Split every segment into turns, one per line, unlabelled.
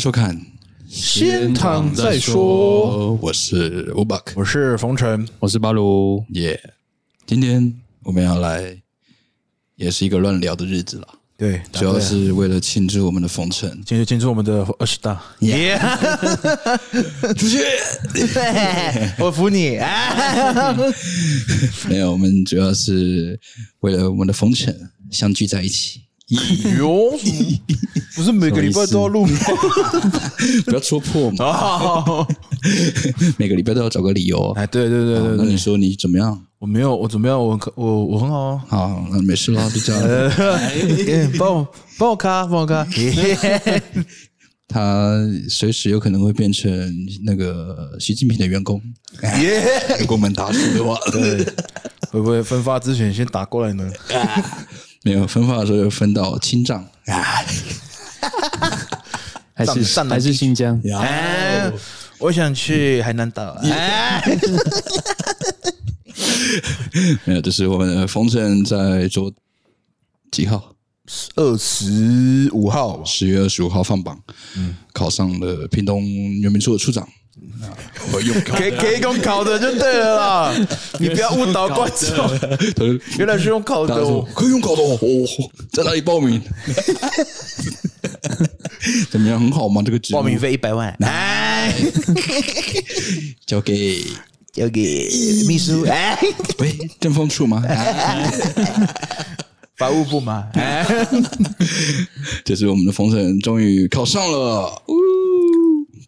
收看。
先躺再说，
我是 u b a k
我是冯晨，
我是巴鲁，
耶、今天我们要来，也是一个乱聊的日子啦，
对，
主要是为了庆祝我们的封城。
进入进入我们的二十大，耶！
出去
我服你，啊
没有，我们主要是为了我们的封城相聚在一起。
哟，不是每个礼拜都要录吗？
不要戳破嘛，
哦，
每个礼拜都要找个理由。
哎，对对对对
那
对，
你说你怎么样？
我没有，我怎么样？我可我我很好啊。
好，那没事啦，就这样。
哎帮我帮我卡，帮我卡，
他随时有可能会变成那个习近平的员工。
耶！
如果我们打输的话，
会不会分发之前先打过来呢？
没有分发的时候就分到青藏。
还
上
是
上
还是新疆？
哎，我想去海南岛啊。哎，
没有，这是我们的风筝在昨几号？
二十五号吧，
十月二十五号放榜，考上了屏东原民处的处长。我又考，
可以可以用烤的就对了啦， 你不要误导观众，
他就
原来是用烤
大
的
家说
哦。
可以用搞的哦，哦在哪里报名？怎么样？很好吗？这个职务
报名费一百万，哎，
交给
交给秘 书，哎，
喂政风处吗？啊
法务部嘛，哎，
这是我们的风神终于考上了，呜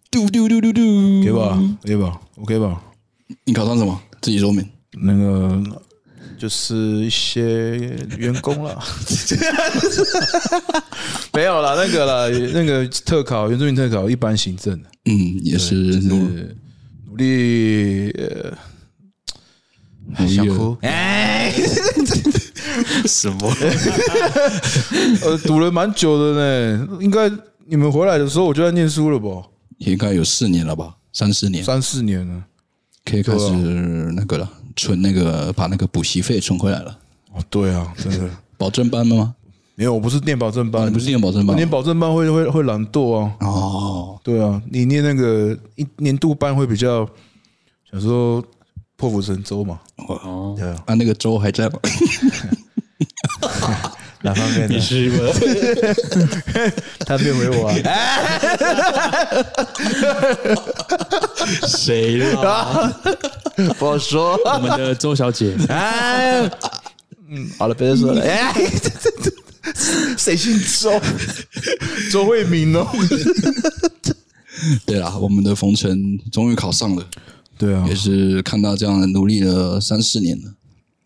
嘟嘟嘟嘟嘟，
可以吧？可以吧？OK 吧？
你考上什么？自己说明。
那个就是一些员工了， 没有啦，那个啦，那个特考原住民特考一般行政的，
嗯，也是
就是
努
努力呃
努力
想
了
哭， 哎，
什么？
呃，读了蛮久的呢，应该你们回来的时候我就在念书了吧？
应该有四年了吧，三四年，
三啊四年了，
可以开始那个了，存那个把那个补习费存回来了。
哦，对啊，真 的。
保证班吗？啊
没有，我不是念保证
你
班，
不是念保证
嗯我
班吗？
念保证班会会会懒惰啊。
哦，
对啊，你念那个一年度班会比较，想说破釜沉舟嘛。
哦，
对啊，
啊，那个州还在吗？
哪方面的？
是吗？
他没有回 我啊。
谁啦？
我说，
我们的周小 姐，
哎，嗯，好了，别再说了。哎，谁姓周？ 周慧敏哦。
对啦，我们的冯晨终于考上了，
对啊
也，是看到这样努力了三四年了，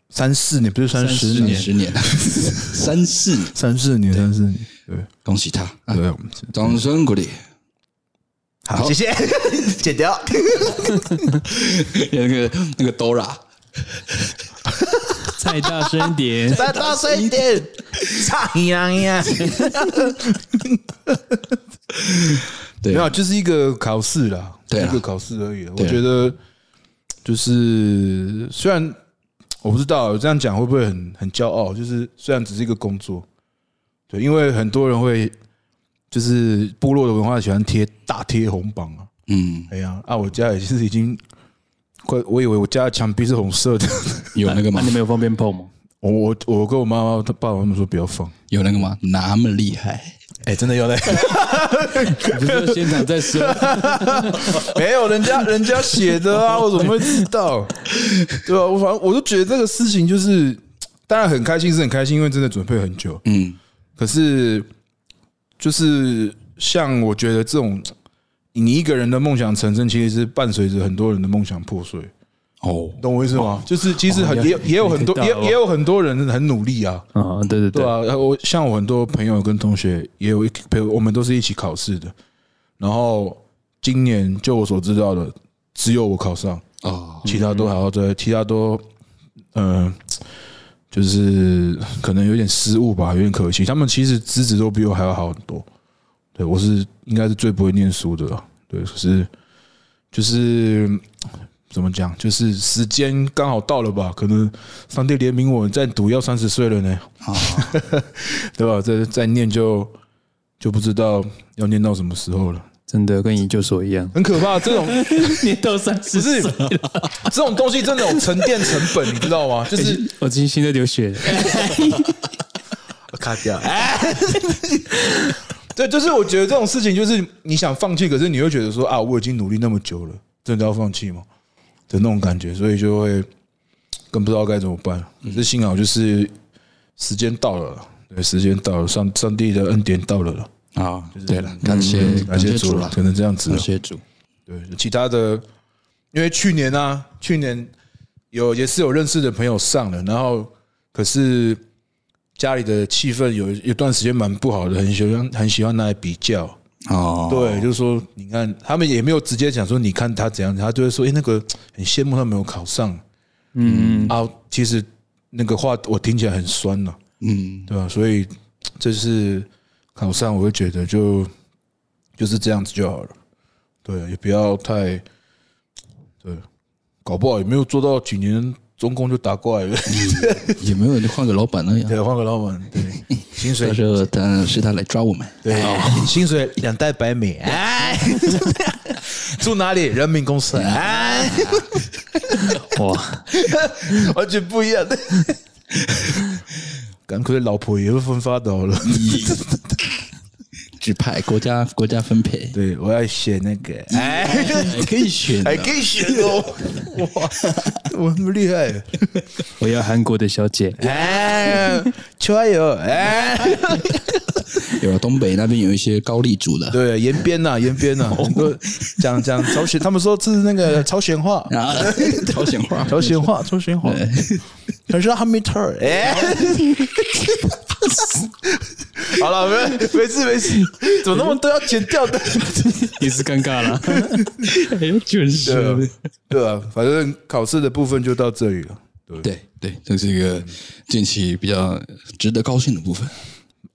三四年不是三十年，
十 年，三四年，
三四年，三四年。对
恭喜他！啊
对，我们是
掌声鼓励。
好，谢谢，剪掉。
那个那个 Dora，
再大声 点，
再大声一点，唱呀呀！
对
啊没有，啊就是一个考试啦，
对啊
一个考试而已。我
对啊
觉得就是虽然我不知道啊这样讲会不会很很骄傲，就是虽然只是一个工作，对，因为很多人会就是部落的文化喜欢贴大贴红榜啊，
嗯，
哎呀，啊，我家也是已经快，我以为我家的墙壁是红色的，
有那个吗
啊
那？你们有放鞭炮 吗？
我我我跟我妈妈、她爸爸他们说不要放。
有那个吗？那么厉害？
哎、真的有嘞，
不是现场在说，
没有人家人家写的啊，我怎么会知道？对啊吧、我反正我就觉得这个事情就是，当然很开心是很开心，因为真的准备很久。
嗯，
可是就是像我觉得这种你一个人的梦想成真，其实是伴随着很多人的梦想破碎，
哦，
懂我意思吗？就是其实很也也有很多也也有很多人很努力啊，
啊，对对
对
对，
啊，然后我像我很多朋友跟同学也有一陪我们都是一起考试的，然后今年就我所知道的，只有我考上，
哦，
其他都还要在，其他都嗯、呃就是可能有点失误吧，有点可惜。他们其实资质都比我还要好很多，对我是应该是最不会念书的了，对，可是就是。嗯怎么讲？就是时间刚好到了吧？可能上帝怜悯我，再读要三十岁了呢。
啊，
对吧？再再念就就不知道要念到什么时候了。，
真的跟研究所一样
很可怕。这种
你都三 十
是啊
岁了，
这种东西真的有沉淀成本，你知道 吗？就是
哎我今天心在流血。
卡掉。对，就是我觉得这种事情，就是你想放弃，可是你会觉得说啊，我已经努力那么久了，真的要放弃吗？的那种感觉，所以就会更不知道该怎么办。可是幸好就是时间到了啦，对，时间到了，上上帝的恩典到了啦，
啊，对了，感谢
嗯感谢主了，
了，
可能这样子
感
了。
谢主，
对，其他的，因为去年啊，去年有也是有认识的朋友上了，然后可是家里的气氛有一段时间蛮不好的，很喜欢很喜欢拿来比较。
哦，
对，就是说，你看他们也没有直接讲说，你看他怎样，他就会说，哎，那个很羡慕他没有考上
嗯，
啊。其实那个话我听起来很酸啊呐、
嗯，
对吧、所以这是考上，我会觉得就就是这样子就好了，对，啊也不要太对，搞不好也没有做到几年，中共就打过 来了，
也没有人换个老板了呀，
对，换个老板，对，薪
到
水
时候他是他来抓我们，
对，薪水 两袋白米，哎， 住哪里？人民公社，哎，
嗯哇，
完全不一样。 干脆老婆也会分发到了，
指派国家国家分配，
对我要选那个，哎。
可以选
还可以选哦， 哇，我那么厉害，
我要韩国的小姐，
哎，加油，哎，
有啊，东北那边有一些高丽族的，
对，延边呐，延边 呐，很多讲讲朝鲜，他们说这是那个朝鲜话，
然后啊 朝鲜话，
朝鲜话，朝鲜话，他说哈密特儿， 哎，好了，没没事没事，怎么那么多要剪掉的？
也是尴尬 了。哎呦，就是
对啊对啊，反正考试的部分就到这里了。
对对，这是一个近期比较值得高兴的部分。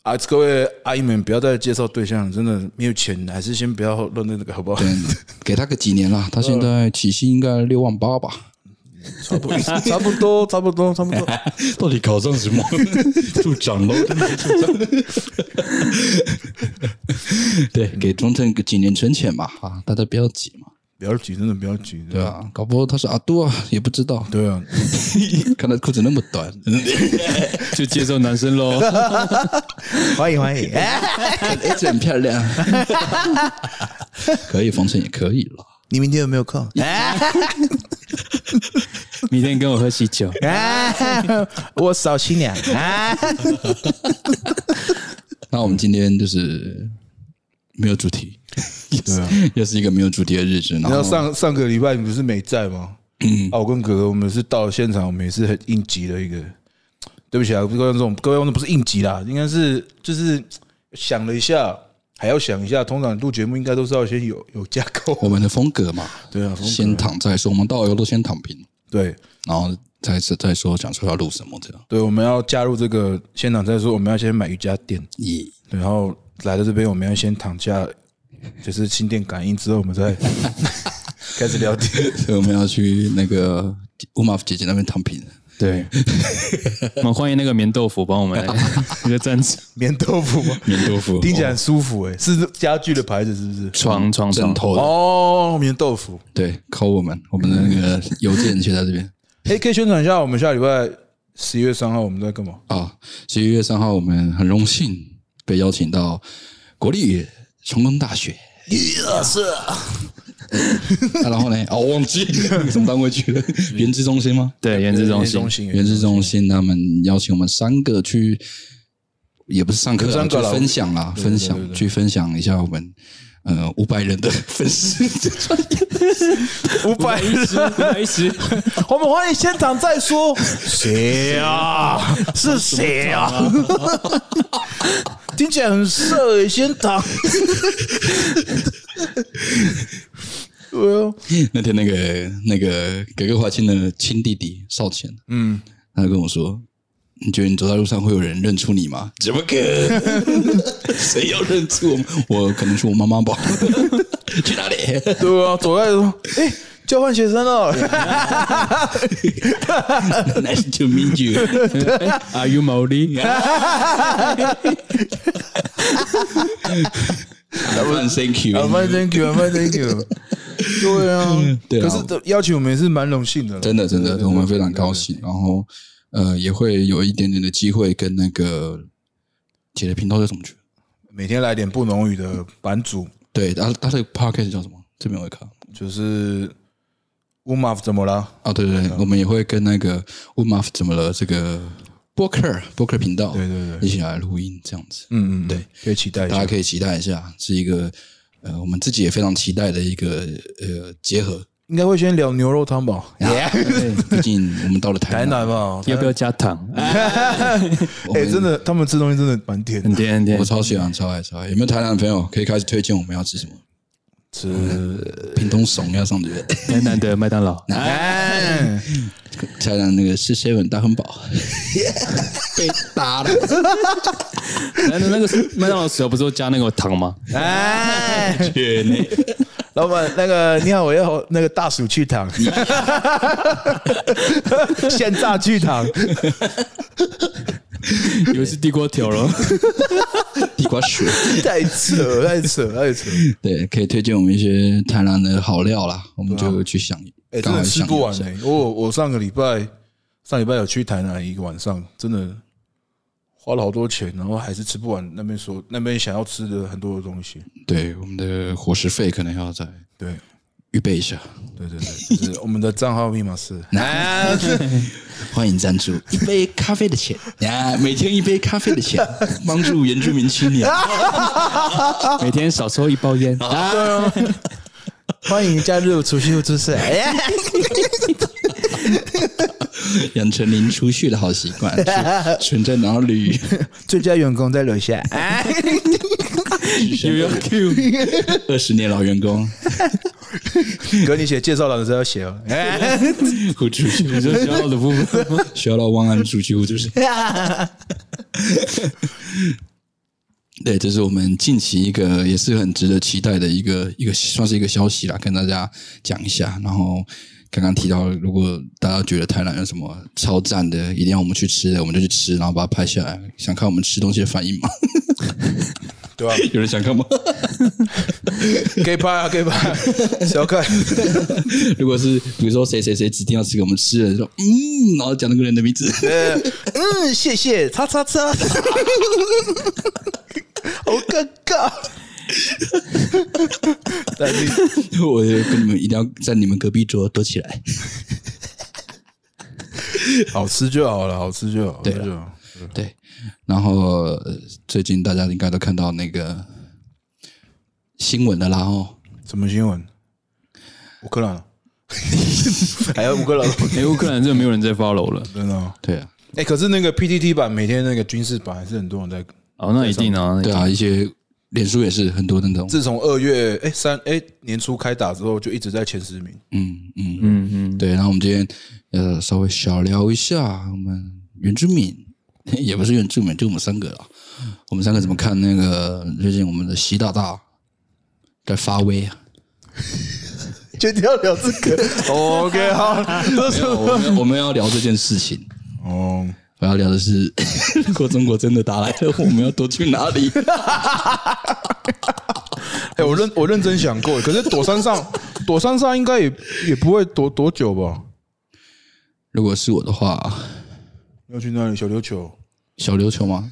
啊，各位阿姨们，不要再介绍对象了，真的没有钱，还是先不要乱那个好不好？
嗯，给他个几年啦，他现在起薪应该六万八吧？
差不多， 差不多，差不多，差不多。
到底考上什么处长喽？ 对，给中正个几年存钱吧，啊，大家不要急嘛，
不要急，真的不要急。
对啊
对，
吧？搞不好他是阿杜啊，也不知道
对啊，
看他裤子那么 短，
就接受男生喽。
欢迎 欢迎。
而且哎很漂 亮，可以防尘也可以了。
你明天有没有空？
明天跟我喝喜酒，
我扫新娘。
那我们今天就是没有主题，
对啊，
又是一个没有主题的日子，然
然后
后
上上个礼拜你不是没在吗？啊，我跟哥哥我们是到了现场，我们也是很应急的一个。对不起啊，各位观众，各位观众不是应急啦，应该是就是想了一下，还要想一下。通常录节目应该都是要先有有架构。
我们的风格嘛，
对啊，
先躺再说，我们导游都先躺平，
对
然后再是再说讲说要录什么这样。
对，我们要加入这个现场再说，我们要先买瑜伽垫。
你
然后来到这边，我们要先躺下，就是心电感应之后，我们再 开始聊天。
所以我们要去那个乌马夫姐姐那边躺平，
对， 我们欢迎那个棉豆腐帮我们 来一个赞助
棉豆腐吗？
棉豆腐
听起来很舒服哎、是家具的牌子是不是？
床床
枕
床
头的，
哦，棉豆腐。
对，扣我们我们的那个邮件写在这边
哎，可以宣传一下，我们下礼拜十一月三号我们在干嘛？
啊。十一月三号，我们很荣幸被邀请到国立成功大学。是、啊，然后呢？哦，忘记了 什么单位去 了？原子中心吗？
对，原子中
原子中
心，
心，
原子中心他们邀请我们三个去，也不是上课啦，
三个啦
去分享啦，分享去分享一下我们呃五百人的粉 丝，
五百人，
不好意思，
我们欢迎现场再说。谁啊？是谁啊？ 听起来很色哎，先躺。对哦，
那天那个那个格格华清的亲弟弟少谦，嗯，他就跟我说。你觉得你走在路上会有人认出你吗？怎么可 能？谁要认出我们？我可能是我妈妈 吧。去哪里？
对啊，走在说，哎、交换学生了，
啊 Nice to meet you。
Are you Molly？
老板 Thank you，
啊，my thank you，my thank you。对啊，
对啊
可是这邀请我们也是蛮荣幸的啦，
真的真的，
对
我们非常高。兴。然后呃，也会有一点点的机会跟那个姐的频道叫什么去？
对对每天来点不浓语的版主，
对，然后他这个 podcast 叫什么？这边我会看。
就是乌马怎么了？
哦，对对对，我们也会跟那个 w m a f 怎么了这个播客播客频道，
对对对，
一起来录音这样子，
嗯嗯，
对，
可以期待一
大
下
家。可以期待一下，是一个呃我们自己也非常期待的一个呃结 合。
应该会先聊牛肉汤吧？
毕竟我们到了台
台
南，
南吧？
要不要加糖？
我
哎，
们
真的，他们吃东西真的蛮 甜的
很。甜很甜
我。超喜欢超爱超爱，有没有台南的朋友可以开始推荐我们要吃什么？
吃， 呃
屏东怂要上去，
台南的麦当劳，
哎，
台南那个是 seven 大汉堡 被打了，
台南的那个麦当劳薯条不是都加那个糖 吗？
哎，老板，那个你好，我要那个大薯去糖， 现炸去糖，
以为是地瓜条了。
地瓜 雪。
太扯，太扯，太扯！
对，可以推荐我们一些台南的好料啦，我们就去想，
啊哎，真
刚好
的
想
吃不完
一下
哎、我我上个礼拜，上礼拜有去台南一个晚上，真的花了好多钱，然后还是吃不完那边所那边想要吃的很多的东西。
对，我们的伙食费可能要再
对，
预备一 下，
对对对，就是我们的账 号密码是啊
欢迎赞助一杯咖啡的钱 呀，每天一杯咖啡的钱， 帮助原住民青年。
每天少抽一包烟，
啊 欢迎加入储蓄知识。哎，
养成零储蓄的好习惯，是存在脑里。
最佳员工在楼下。哎，
有有 Q，
二十年老员工，
哥，你写介绍栏的时候要写 哦。哎，
呼出去，
你说骄傲的部分吗？
需要到汪安出去，呼出去。对，这是我们近期一个也是很值得期待的一个一个算是一个消息啦，跟大家讲一下。然后刚刚提到，如果大家觉得台南有什么超赞的，一定要我们去吃的，我们就去吃，然后把它拍下来，想看我们吃东西的反应吗？
对吧、啊？
有人想看吗？
可以拍啊，可以拍、 啊，谁要看？
如果是比如说谁谁谁指定要吃给我们吃的，说嗯，然后讲那个人的名字，
呃，嗯，谢谢，叉叉 叉，好尴尬。但是
我就跟你们一定要在你们隔壁桌躲起来。
好吃就好了，好吃就好，
对
好吃
了
就好
对，然后、呃最近大家应该都看到那个新闻的啦哦，
什么新闻？乌克兰，啊 还有乌克兰，
哎，乌克兰真的没有人在 follow 了。
真的哦。
对啊，
哎，可是那个 PTT 版每天那个军事版还是很多人在。
哦，那一定啊，那一
对
定
啊，一些脸书也是很多那种，
自从二月哎三哎年初开打之后，就一直在前十名。
嗯嗯，
嗯嗯，
对。然后我们今天呃稍微小聊一下我们原住民， 也不是原住民，就我们三个了。我们三个怎么看那个最近我们的习大大在发威啊？
决定要聊这 个，OK，好，这是
我们我们要聊这件事情。
哦，
我要聊的是， 如果中国真的打来了，我们要躲去哪里？
哎、我认我认真想过，可是躲山上， 躲山上应该也也不会躲多久吧？
如果是我的话，
要去哪里？小琉球、
小琉球吗？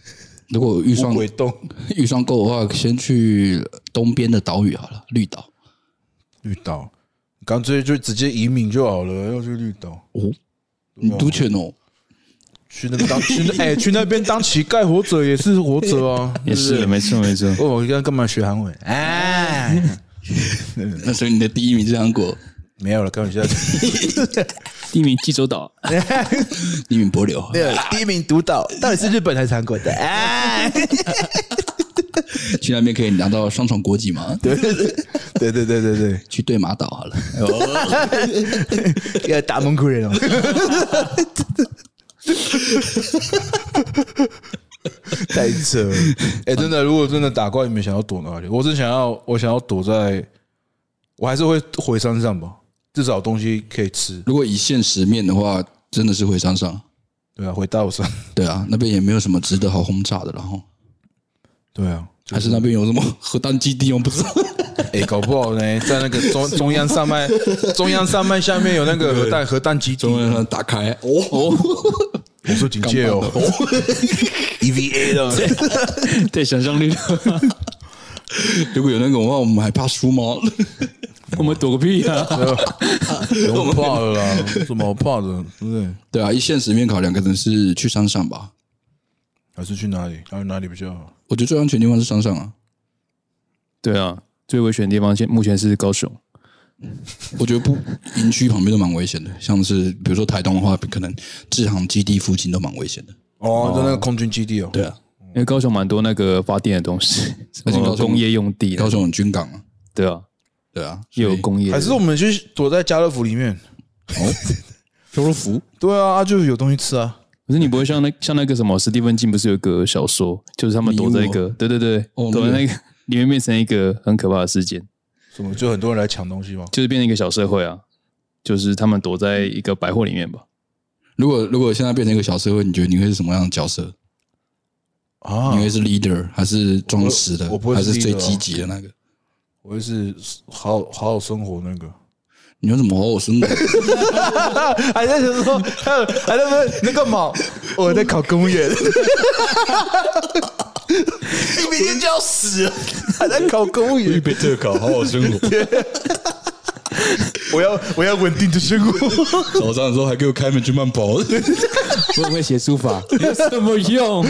如果预算
乌鬼洞、
预算够的话，先去东边的岛屿好了，绿岛。
绿岛，干脆就直接移民就好了。要去绿岛，
哦，你赌犬哦，
去那边 当去那哎、去那边当乞丐活着也是活着 啊，
也是，没错没错。
哦，我刚干嘛学韩 文？哎，
那所以你的第一名是韩国，
没有了，开玩笑。
第一名济州岛，
第一名柏流，
对，第一名独岛到底是日本还是韩 国的？哎，
去那边可以拿到双重国籍吗？
对对对对对对对
去对马岛好了。
对，要打蒙古人哦。 太扯！哎、真的，如果真的打怪，你们想要躲哪里？我是想要，我想要躲在，我还是会回山上吧，至少东西可以吃。
如果以现实面的话，真的是回山上。
对啊，回大武山。
对啊，那边也没有什么值得好轰炸的，然后
对啊，
还是那边有什么核弹基地？我不知道。
哎、搞不好呢，在那个中中央山脉，中央山脉下面有那个核弹核弹基地，
中央打开，哦 哦，
我说警戒哦
干嘛的
，EVA 的，
对想象力，
如果有那种的话，我们还怕输吗？
我们躲个屁啊！
我怕了啦，有什么好怕的，对不对？
对啊，一现实面考量，可能是去山上吧。
还是去哪里？还有哪里比较好？
我觉得最安全的地方是山上啊。
对啊，最危险的地方现目前是高雄，
我觉得不营区旁边都蛮危险的，像是比如说台东的话，可能制航基地附近都蛮危险的。
哦，在那个空军基地哦，
对啊，
因为高雄蛮多那个发电的东 西，什
而且
么
高雄
工业用地，
高雄有军港啊，
对啊，
对啊，
也有工业的，
还是我们去躲在家乐福里面？哦
漂流服
对啊，啊就有东西吃啊。
可是你不会像那像那个什么史蒂芬金不是有个小说，就是他们躲在一个，对对对，
哦
躲在那个里面变成一个很可怕的事件，
什么？就很多人来抢东西吗？
就是变成一个小社会啊，就是他们躲在一个百货里面吧。
如果如果现在变成一个小社会，你觉得你会是什么样的角色？
啊
你，会是 leader 还是装死的
我不会我不会，
还
是
是最
leader 啊
积极的那个？
我就是好好好生活那个。
你有什么好好生活？
还在想说，还还在问那个嘛？哦我在考公务员，你明天就要死了，还在考公务员，
被特考，好好生活。
我要我要稳定的生活。
早上的时候还给我开门去慢 跑，
我会写书法，有什么用？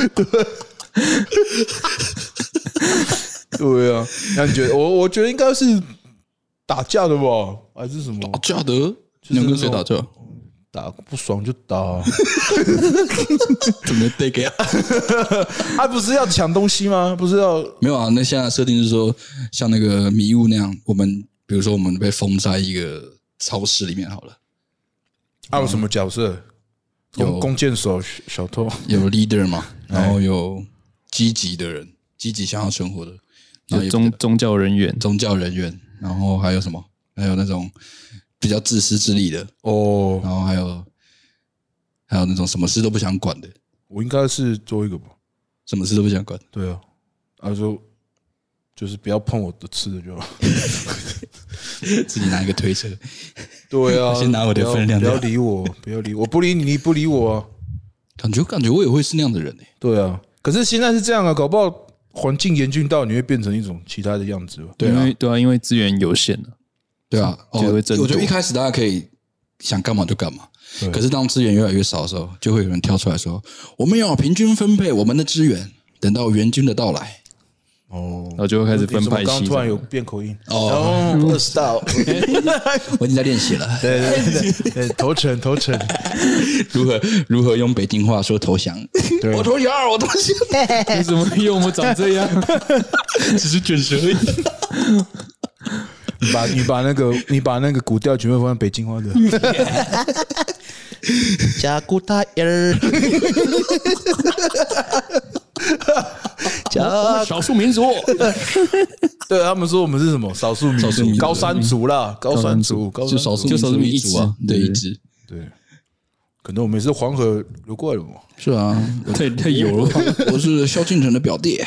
对啊，那你觉得？我我觉得应该是打架的吧，还是什么？
打架的。你要跟谁打架？
打不爽就打、 啊，
准备带给啊
他不是要抢东西吗？不是要
没有啊，那现在设定是说，像那个迷雾那样，我们比如说我们被封在一个超市里面好了，
还啊有什么角色？
有
弓弓箭手、小小偷，
有 leader 嘛，
哎
然后有积极的人，积极想要生活的，然后
就
有
宗宗教人员，
宗教人员，然后还有什么？还有那种比较自私自利的，
哦，
然后还有还有那种什么事都不想管的，
我应该是做一个吧。
什么事都不想管。
对啊，他说就是不要碰我的吃的就好。
自己拿一个推车，
对啊，
先拿我的 分量
不要不要理我，不要理我，不理你，你不理我啊。
感觉感觉我也会是那样的人、欸、
对啊，可是现在是这样啊，搞不好环境严峻到你会变成一种其他的样子吧？
对
因
啊
为，对啊，因为资源有限啊，
对啊，哦
就会争夺
我觉得一开始大家可以想干嘛就干嘛，
对
可是当资源越来越少的时候，就会有人跳出来说：“我们要平均分配我们的资源，等到援军的到来。
哦，
然后就会开始分派
你怎么刚
系
刚突然 有
统。
变口音”
哦，
哦，二十道，
我已经在练习了，
对对对对，投诚投诚，
如何如何用北京话说投降？
对
我投降，我投降，
有什么用？我长这样，
只是卷舌而已。
你把你把那个你把那个古调全部放在北京话的，
加古大爷儿，加
少数民族，
对他们说我们是什么少数民
少数民
族，
族
高山族啦，高山族，高
就
山
少
族
数
就少数民
民
族
族啊
一，支
对，
对
一支
对，可能我们也是黄河流过来的嘛。
是啊，
太太油了。
我是萧敬腾的表弟，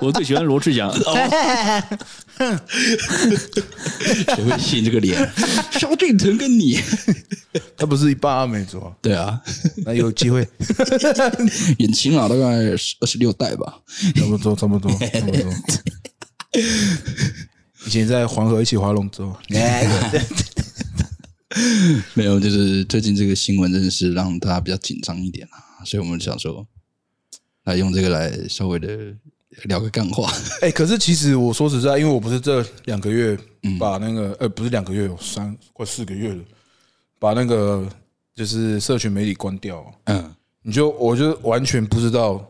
我最喜欢罗志祥，
谁会信这个 脸？萧敬腾跟你，
他不是一半阿美族啊，
对啊，
那有机会，
远亲啊，大概二十六代吧。
差不多，差不多，差不多。以前在黄河一起划龙舟，
没有，就是最近这个新闻真的是让大家比较紧张一点啊，所以我们想说，来用这个来稍微的聊个干话。
哎、可是其实我说实在，因为我不是这两个月把那个，呃，不是两个月，有三快四个月了，把那个就是社群媒体关掉啊，
嗯，
你就我就完全不知道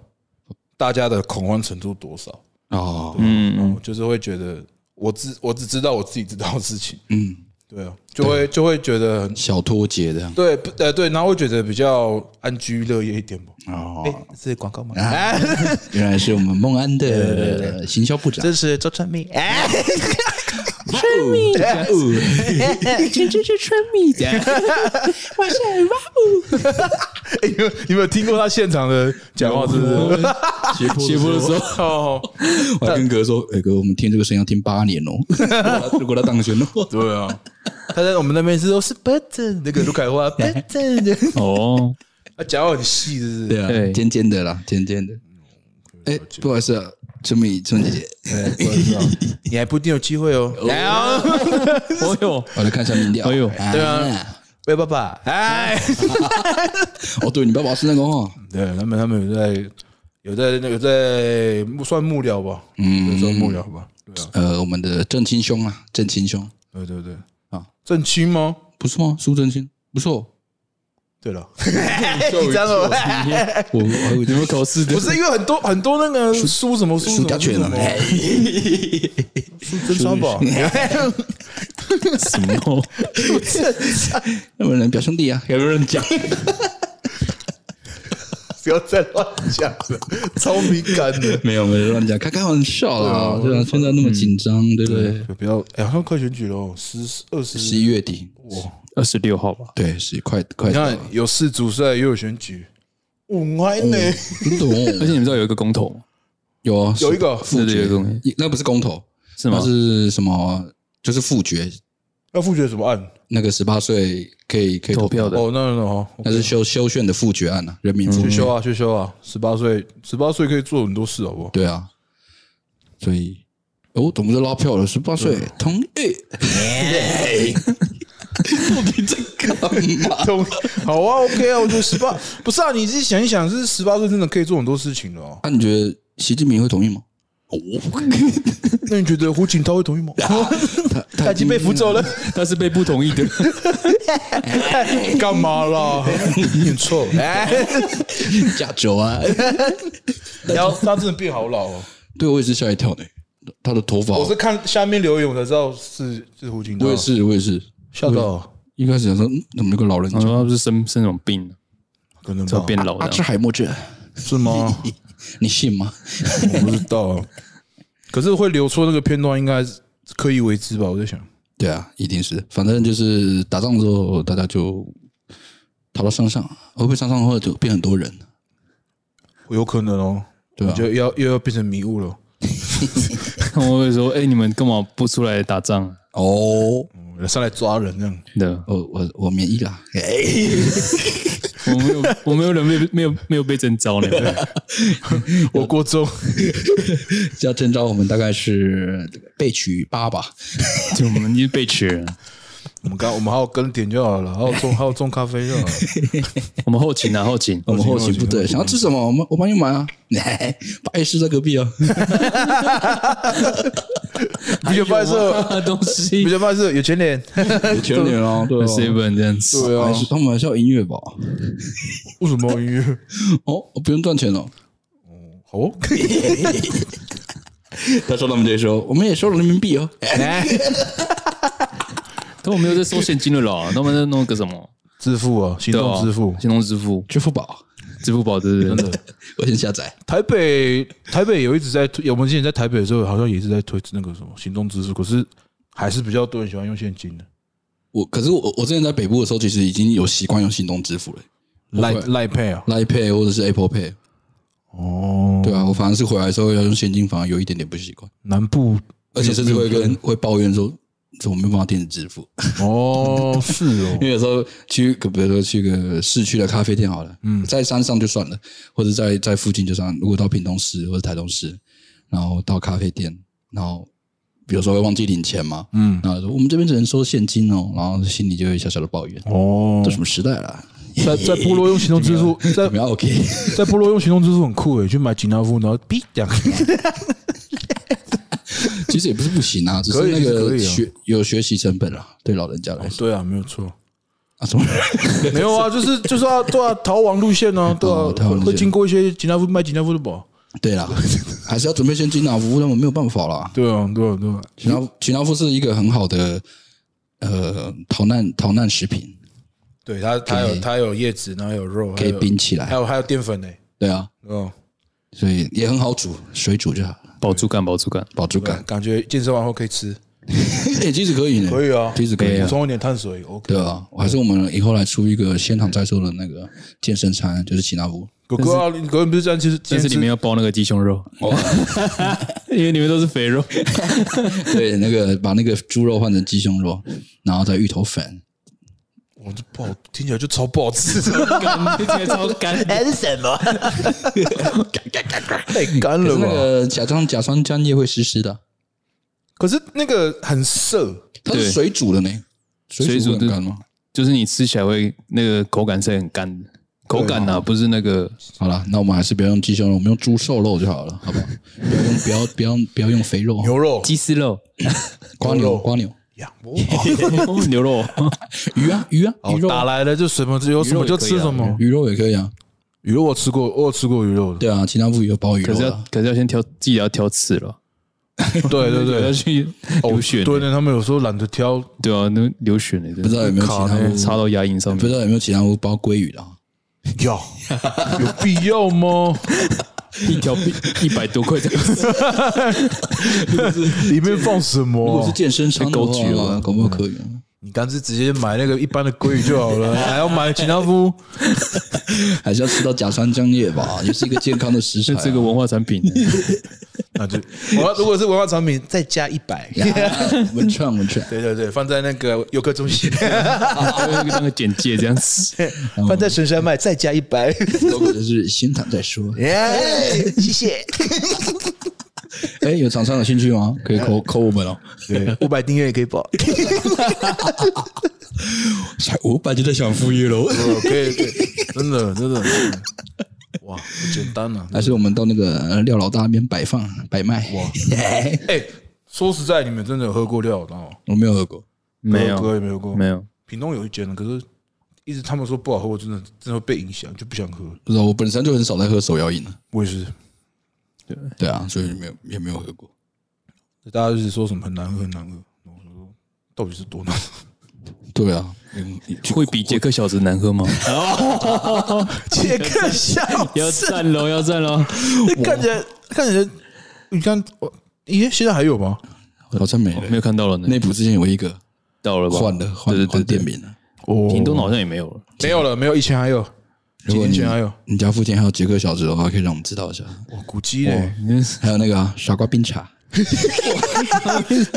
大家的恐慌程度多少，
哦，
嗯，
嗯，就是会觉得我只我只知道我自己知道的事情，
嗯，
对啊，就会就会觉得很
小脱节这样。
对，不呃对，然后会觉得比较安居乐业一点吧。
哦，
哎，这是广告吗？
啊原来是我们孟安的行销部长。
这是周传明，哎，
是哦，加哦，
这这是春米的，我是哇哦，
哎你有你有没有听过他现场的讲话？是不是？
斜坡
斜坡的时候，
哦，
我还跟哥说，哎、哥，我们听这个声音要听八 年哦，如果他如果他当选的哦话，
对啊，他在我们那边是都是 button 那个卢凯 花 button，
哦，
他啊讲话很细，是不
对
是？
啊，
对
尖尖的啦，尖尖的。哎、不好意思啊，春米春姐姐，
哎不知道你还不一定有机会 哦。来啊，
哦哟，
我来看一下民调。
哎呦
啊
对啊，喂，爸爸，哎，
哦，对你爸爸是那个哦，
对他们，他们有在有在那个在算幕僚吧，嗯，算幕僚吧，对啊，
呃，我们的郑清兄啊，郑清兄
对对对，
啊，
正清吗？
不是吗？苏正清不错，
对了，你知道吗？
我我我
你们考试的
不是因为很多很多那个输什么输
苏家
全
全啊，哎
输真三宝，
什么？
要不然表兄弟啊，有没有人讲？
不要再乱讲了， 超敏感的。
没有没有乱讲，开开玩笑啦，对啊，现在那么紧张，对不对？
不要，哎，好像快选举了，十二十，
十一月底，
二十六号吧？
对，是快快
你
到
看
了，
有世足赛，又有选举，嗯五安呢？
不
而且
懂
你们知道有一个公投吗？
有啊，
有一个
复
是的有
决
一个东西，
那不是公投，
是吗
那？是什么？啊就是复决，
要复决什么案？
那个十八岁可以可以
投票的
哦，那那那好，
那是修修宪的复决案啊，人民复
去
决，
修啊，去修啊！十八岁，十八岁可以做很多事，好不 好？
对啊，所以哦，总之拉票了，十八岁
啊
同意， 到底在干嘛？
懂好啊，OK 啊，我觉得十八不是啊，你自己想一想，是十八岁真的可以做很多事情的哦。
那啊你觉得习近平会同意吗？ 哦，
那你觉得胡锦涛会同意吗？ 他已经被扶走了，
但是被不同意的，
干嘛啦？你很臭！ 哎，
加九啊！
然后他真的变好老哦。
对我也是吓一跳呢，他的头发，
我是看下面留言我才知道是哦是胡锦涛，
我也是，我也是，
吓到，
一开始想说，嗯，怎么有个老人
我
家？
哦说他不是生生什么病啊，
可能
才
吧？
变老
阿
的
兹。海默症，
是 吗？
你信吗？
我不知道啊。可是会流出那个片段，应该是刻意为之吧？我在想，
对啊，一定是，反正就是打仗之后，大家就逃到山上，会不会山上后就变很多人？
有可能哦。
对
我
啊
觉，得要又要变成迷雾了。
我会说，哎，你们干嘛不出来打仗啊？
哦，
嗯上来抓人这样，
的，
我哦我我免疫啦，
我没有，我没有人被 没有没有被征召 呢。
我国中
要征召我们大概是被取八吧，
就我们已经被取了，
我们刚我们还有跟点就好了，还有种还有种咖啡就好了。
我们后勤啊，后勤，
我们后勤部
后勤
队想要吃什么，我们我帮你买啊，八月四在隔壁啊，
啤酒派 社，
啊 东西
啤酒派社有钱 点，
全脸啊， 对
seven 这样子，
对啊
还是他们还是要音乐吧？
为什么要音乐？
哦，不用赚钱哦。
好哦，
他说他们这时候，我们也收了人民币哦。
他们没有在收现金的啦，他们在弄个什么？
支付啊，行
对
动
啊，
支付。
行动支付，
支付宝，
支付宝对对对，
我先下载。
台北台北有一直在推，我们之前在台北的时候好像也是在推那个什么行动支付，可是还是比较多人喜欢用现金的。
我可是我我之前在北部的时候，其实已经有习惯用行动支付了
赖
会
赖配啊，
，Line Pay 或者是 Apple Pay。
哦，
对啊，我反而是回来之后要用现金，反而有一点点不习惯，
南部
而且甚至会跟会抱怨说，怎么没办法电子支付？
哦是哦
因，为有时候去，可比如说去个市区的咖啡店好了，嗯，在山上就算了，或者在在附近就算了。如果到屏东市或者台东市，然后到咖啡店，然后比如说会忘记领钱嘛，嗯，然后说我们这边只能收现金哦，然后心里就会小小的抱怨，
哦
这，什么时代啊啦？
在在 部落用行动支付，在
我们要啊 OK，
在部落用行动支付很酷欸诶，去买吉拿夫，然后哔 两
其实也不是不行啊，只是
可以
那
可
个
以啊
学有学习成本啊，对老人家来说
对啊，没有错，哦
啊，什么？
没有啊，就是 就是要对啊，逃亡路线呢、啊，对
哦逃
啊
亡，路线
会经过一些吉拿夫卖吉拿夫的宝，
对啦， 还是要准备现金啊，服务他们没有办法啦。
对啊，对啊，对啊，
吉拿吉拿夫是一个很好的呃逃难逃难食品，
对他他有他有叶子，然后有肉，
可以冰起来。
有还有淀粉呢、
对啊，
哦，
所以也很好煮，水煮就好，
保住干，保住干，
饱足
对
感。
感觉健身完后可以吃，
哎，其实可以呢，
可以啊，
其实可以
补
啊。
充一点碳水，OK。
对啊，还是我们以后来出一个现场在售的那个健身餐，就是奇纳夫。
狗哥啊，你狗哥不是这样，其实
但是里面要包那个鸡胸肉， 因为里面都是肥肉。
对，那个把那个猪肉换成鸡胸肉，然后再芋头粉。
我就不好，听起来就超不好吃，
干听起来超干，
哎太干
可
了
是那
吧？
个甲酸甲酸浆液会湿湿的，啊
可是那个很涩，
它是
对
水煮的呢。水煮会很干吗？
就是你吃起来会那个口感是很干的，口感啊，不是那个
好了，那我们还是不要用鸡胸肉，我们用猪瘦肉就好了，好不好？ 不要用不要不要不要用肥肉，
牛肉
鸡丝 肉、
瓜
牛
牛
肉
瓜牛
呀，
哦牛 肉。
鱼啊鱼啊
哦
鱼，肉
打来了就什么有什么就吃什么。
啊鱼肉也可以啊。
鱼肉我吃过，我有吃过鱼肉的，
对啊，其他部鱼有包鱼
可
肉
是要
的，
可是要先挑，自己要挑刺了，
对对
要
对，
去流血
哦，
呢，
对呢，他们有时候懒得挑，
对啊，那流血呢，
啊
真的哎
不知道有没有其他部
插到牙龈上
不
面。
知道有没有其他部包鲑鱼的啊？
要有必要吗？
一条 一百多块这 个
里面放什
如
么
果是
啊？
健身餐的
狗举
话，
了
搞不好可以啊。
你干脆直接买那个一般的鲑鱼就好 了，还要买其他夫？
还是要吃到甲酸浆液吧，也是一个健康的食材啊。
这个文化产品呢，
那 就我要如果是文化产 品，再加一百。
啊文创文创，
对对对，放在那个游客中 心，
那个简介这样子。
放在神山脉，再加一百。
如果就是先谈再说。
耶，谢谢。
哎，有厂商有兴趣吗？可以扣扣我们哦，
对，五百订阅也可以报，
才五百就在想副业喽。
可以可以，真的真的，哇，不简单 啊！
还是我们到那个呃廖老大那边摆放摆卖？
哎，说实在，你们真的有喝过料然后
我 没有喝过，
没有
哥也没有过，
没有，
屏东有一间，可是一直他们说不好喝，我真的真的会被影响，就不想喝。
不啊知道我本身就很少在喝手摇饮了，
我也是，
对啊，所以没有也没有喝过。
大家就是说什么很难喝很难喝，然后我说到底是多 难喝？
对啊，
会比杰克小子难喝吗？
杰克笑，
要赞喽，要赞喽！
看起来看起来，你看我。咦，现在还有吗？
好像没
没
了。
有看到了呢，
内部之前有一个
到了吧？
换了，换
对对
换
对对
店名啊了。
哦
屏东好像也没有 了。
没有了，没有，以前还有，
如
几
果
年
你
前还有。
你家附近还有杰克小子的话，可以让我们知道一下。
哇，古迹呢？
还有那个啊傻瓜冰茶，
哎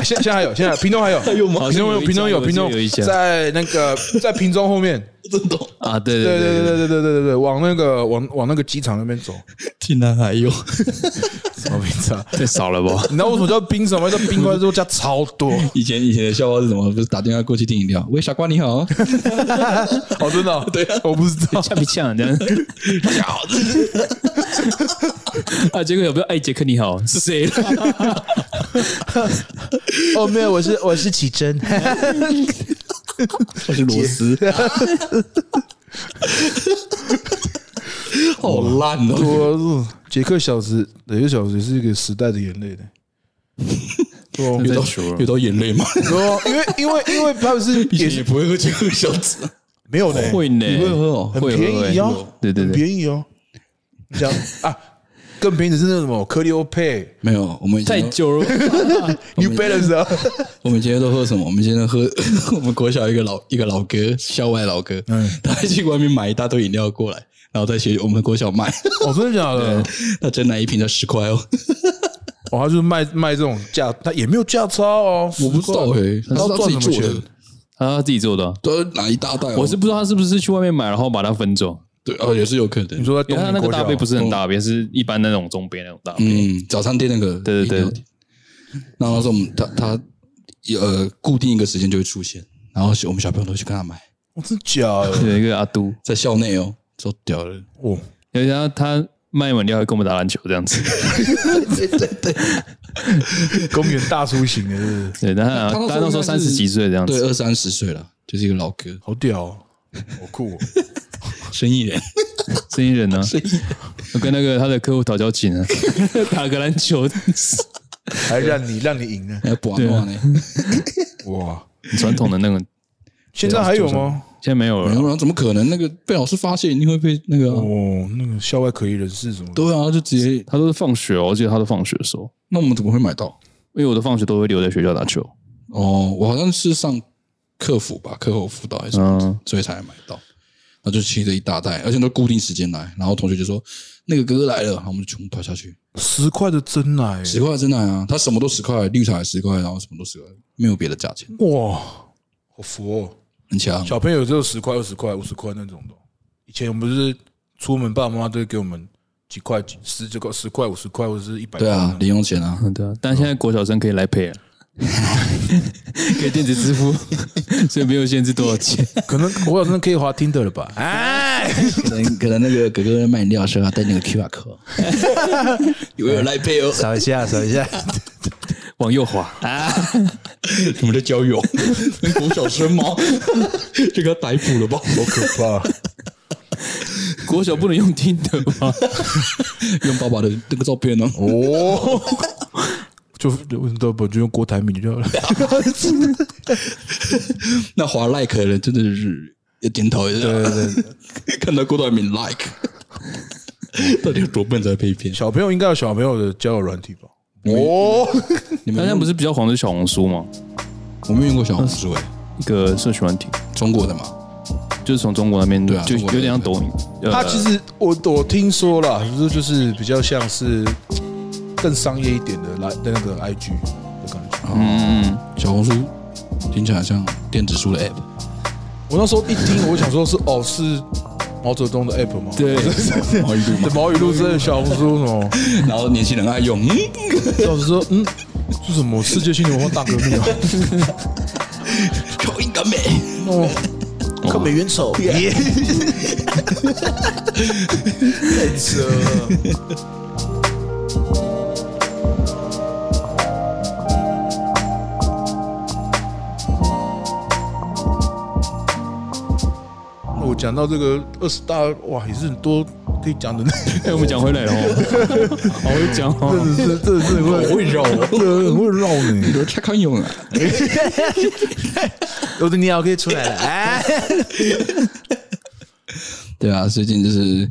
现现在还有，现在屏东还有，
好
屏东
像有
有，
一家
屏东有，
我记
屏
得
东
有一家
在那个在屏中后面。
啊，对
对
对
对
对
对对对对对对，往那个往往那个机场那边走。
竟然还有，
什么冰茶？
对，太少了吧？
你知道为什么叫冰什么？叫冰块之后加超多
以前以前的笑话是什么？不是打电话过去订饮料，喂，傻瓜你好，
哦，真的、 对、我不知道。
恰比 呛这样，啊，杰克有没有哎，杰克你好，是谁啦？
哦，没有，我是我是启真，
我是螺 丝， 好烂 哦！
我是杰克小子，杰克小子是一个时代的眼泪的。对啊，
在球
有到眼泪 吗？
对啊因为因为因为他们是
以
也
前
是
也不会喝杰克小 子，
没有呢，
会呢，
你会喝哦
很
会
便宜啊
会会对对
很
对，
便宜哦。你想啊，更便宜的是那种什么科利欧配、
没有，我们以
太
前都
久了，
New Balance 啊，
我们今天都喝什么？我们今天喝 我们国小一个老一个老哥，校外老哥，他还去外面买一大堆饮料过来，然后再去我们国小卖，
哦，真的假的？
他真奶一瓶才十块哦，
哦，他就是卖卖这种价，他也没有价差哦。
我不知道欸
哎，
诶、他是
他是
他自己
赚什么
做
钱
的？，
他自己做的啊。
都拿一大袋哦、
我是不知道他是不是去外面买，然后把它分装。
对哦，也是有可能
你。说在
因为
东
他
宁
那个
国
大
小
杯不是很大杯，是一般那种中杯那种大杯。
嗯，早餐店那个，
对对对。
然后那时候我们他他呃固定一个时间就会出现，然后我们小朋友都去跟他买，
哦，真假的？
有一个阿都，
在校内哦，都屌了。
哦，
而且他他卖饮料还跟我们打篮球这样 子。
公园大叔型的，是不是
对，然后
他
他那时
应
候
该
三
是
十几岁这样
对，
子，
二三十岁了，就是一个老哥，
好屌、哦，好酷、哦！
生意人。
生意人呢，我跟那个他的客户讨交情 啊，打个篮球，
还让你让你赢呢，
还不玩啊呢？
哇！
很传统的那种，
现在还有吗？
现在没有
然
了。
后怎么可能？那个被老师发现，一定会被那个啊、
哦，那个校外可疑人士什么的？
对啊，就直接。
他都是放学哦，我记得他都放学的时候，
那我们怎么会买到？
因为我的放学都会留在学校打球，
哦，我好像是上客服吧，课后辅导还是什么，
嗯
所以才买到。然后就骑着一大袋，而且都固定时间来。然后同学就说：“那个哥哥来了。”然后我们就全部倒下去，
十块的真奶，
十块真奶啊，他什么都十块，绿茶也十块，然后什么都十块，没有别的价钱，
哇，好服哦！
很强。
小朋友只有十块、二十块、五十块那种的。以前我们不是出门，爸爸妈妈都会给我们几块、几十几块、十块、五十块，或者是一百。
对啊，，零用钱啊，
嗯，对啊，但现在国小生可以来配了，可以电子 支付，所以没有限制多少钱。
可能我好像可以滑 Tinder 了吧？
啊
哎，
可能可能那个哥哥卖饮料的时候要带那个 QR code，以 为有来配哦，
扫一下，扫一下。
往右滑啊，
什么叫交 友？跟国小生吗？ 这个逮捕了 吧？好可怕！
国小不能用听的 吧？
用爸爸的那个照片呢、
哦，就都不就用郭台铭就好了。
那划 like 的人真的是要检讨一下。对对对， 看到郭台铭 like，到底有多笨才被骗？
小朋友应该有小朋友的交友软体吧？哦，
你
大
们
家不是比较黄的小红书吗？
我没有用过小红书诶，
一个社群软体，
中国的嘛？
就是从中国那啊边，
对啊
就
中国
有点像
那
抖音。呃
他其实我我听说了，就是就是比较像是更商业一点的来的那个 IG 的感觉。
嗯，嗯
小红书听起来像电子书的 app，
我那时候一听，我想说是哦是毛泽东的 app 吗？
对，
毛哦一度
对，
嘛。
毛语录之类的小红书什 么？
然后年轻人爱用，嗯，
老师说嗯，是什么世界性的文化大革命啊？
口音感美，
哦，看美元丑，耶太扯了。 我讲到这个二十大，哇，也是很多可以讲的，
哎，我们讲回来了哦， 好会讲
真
哦，
的是，真的是很会，
会绕哦，
很会绕呢。
有蔡康永啊，
我的鸟可以出来了，哎，
对啊，最近就是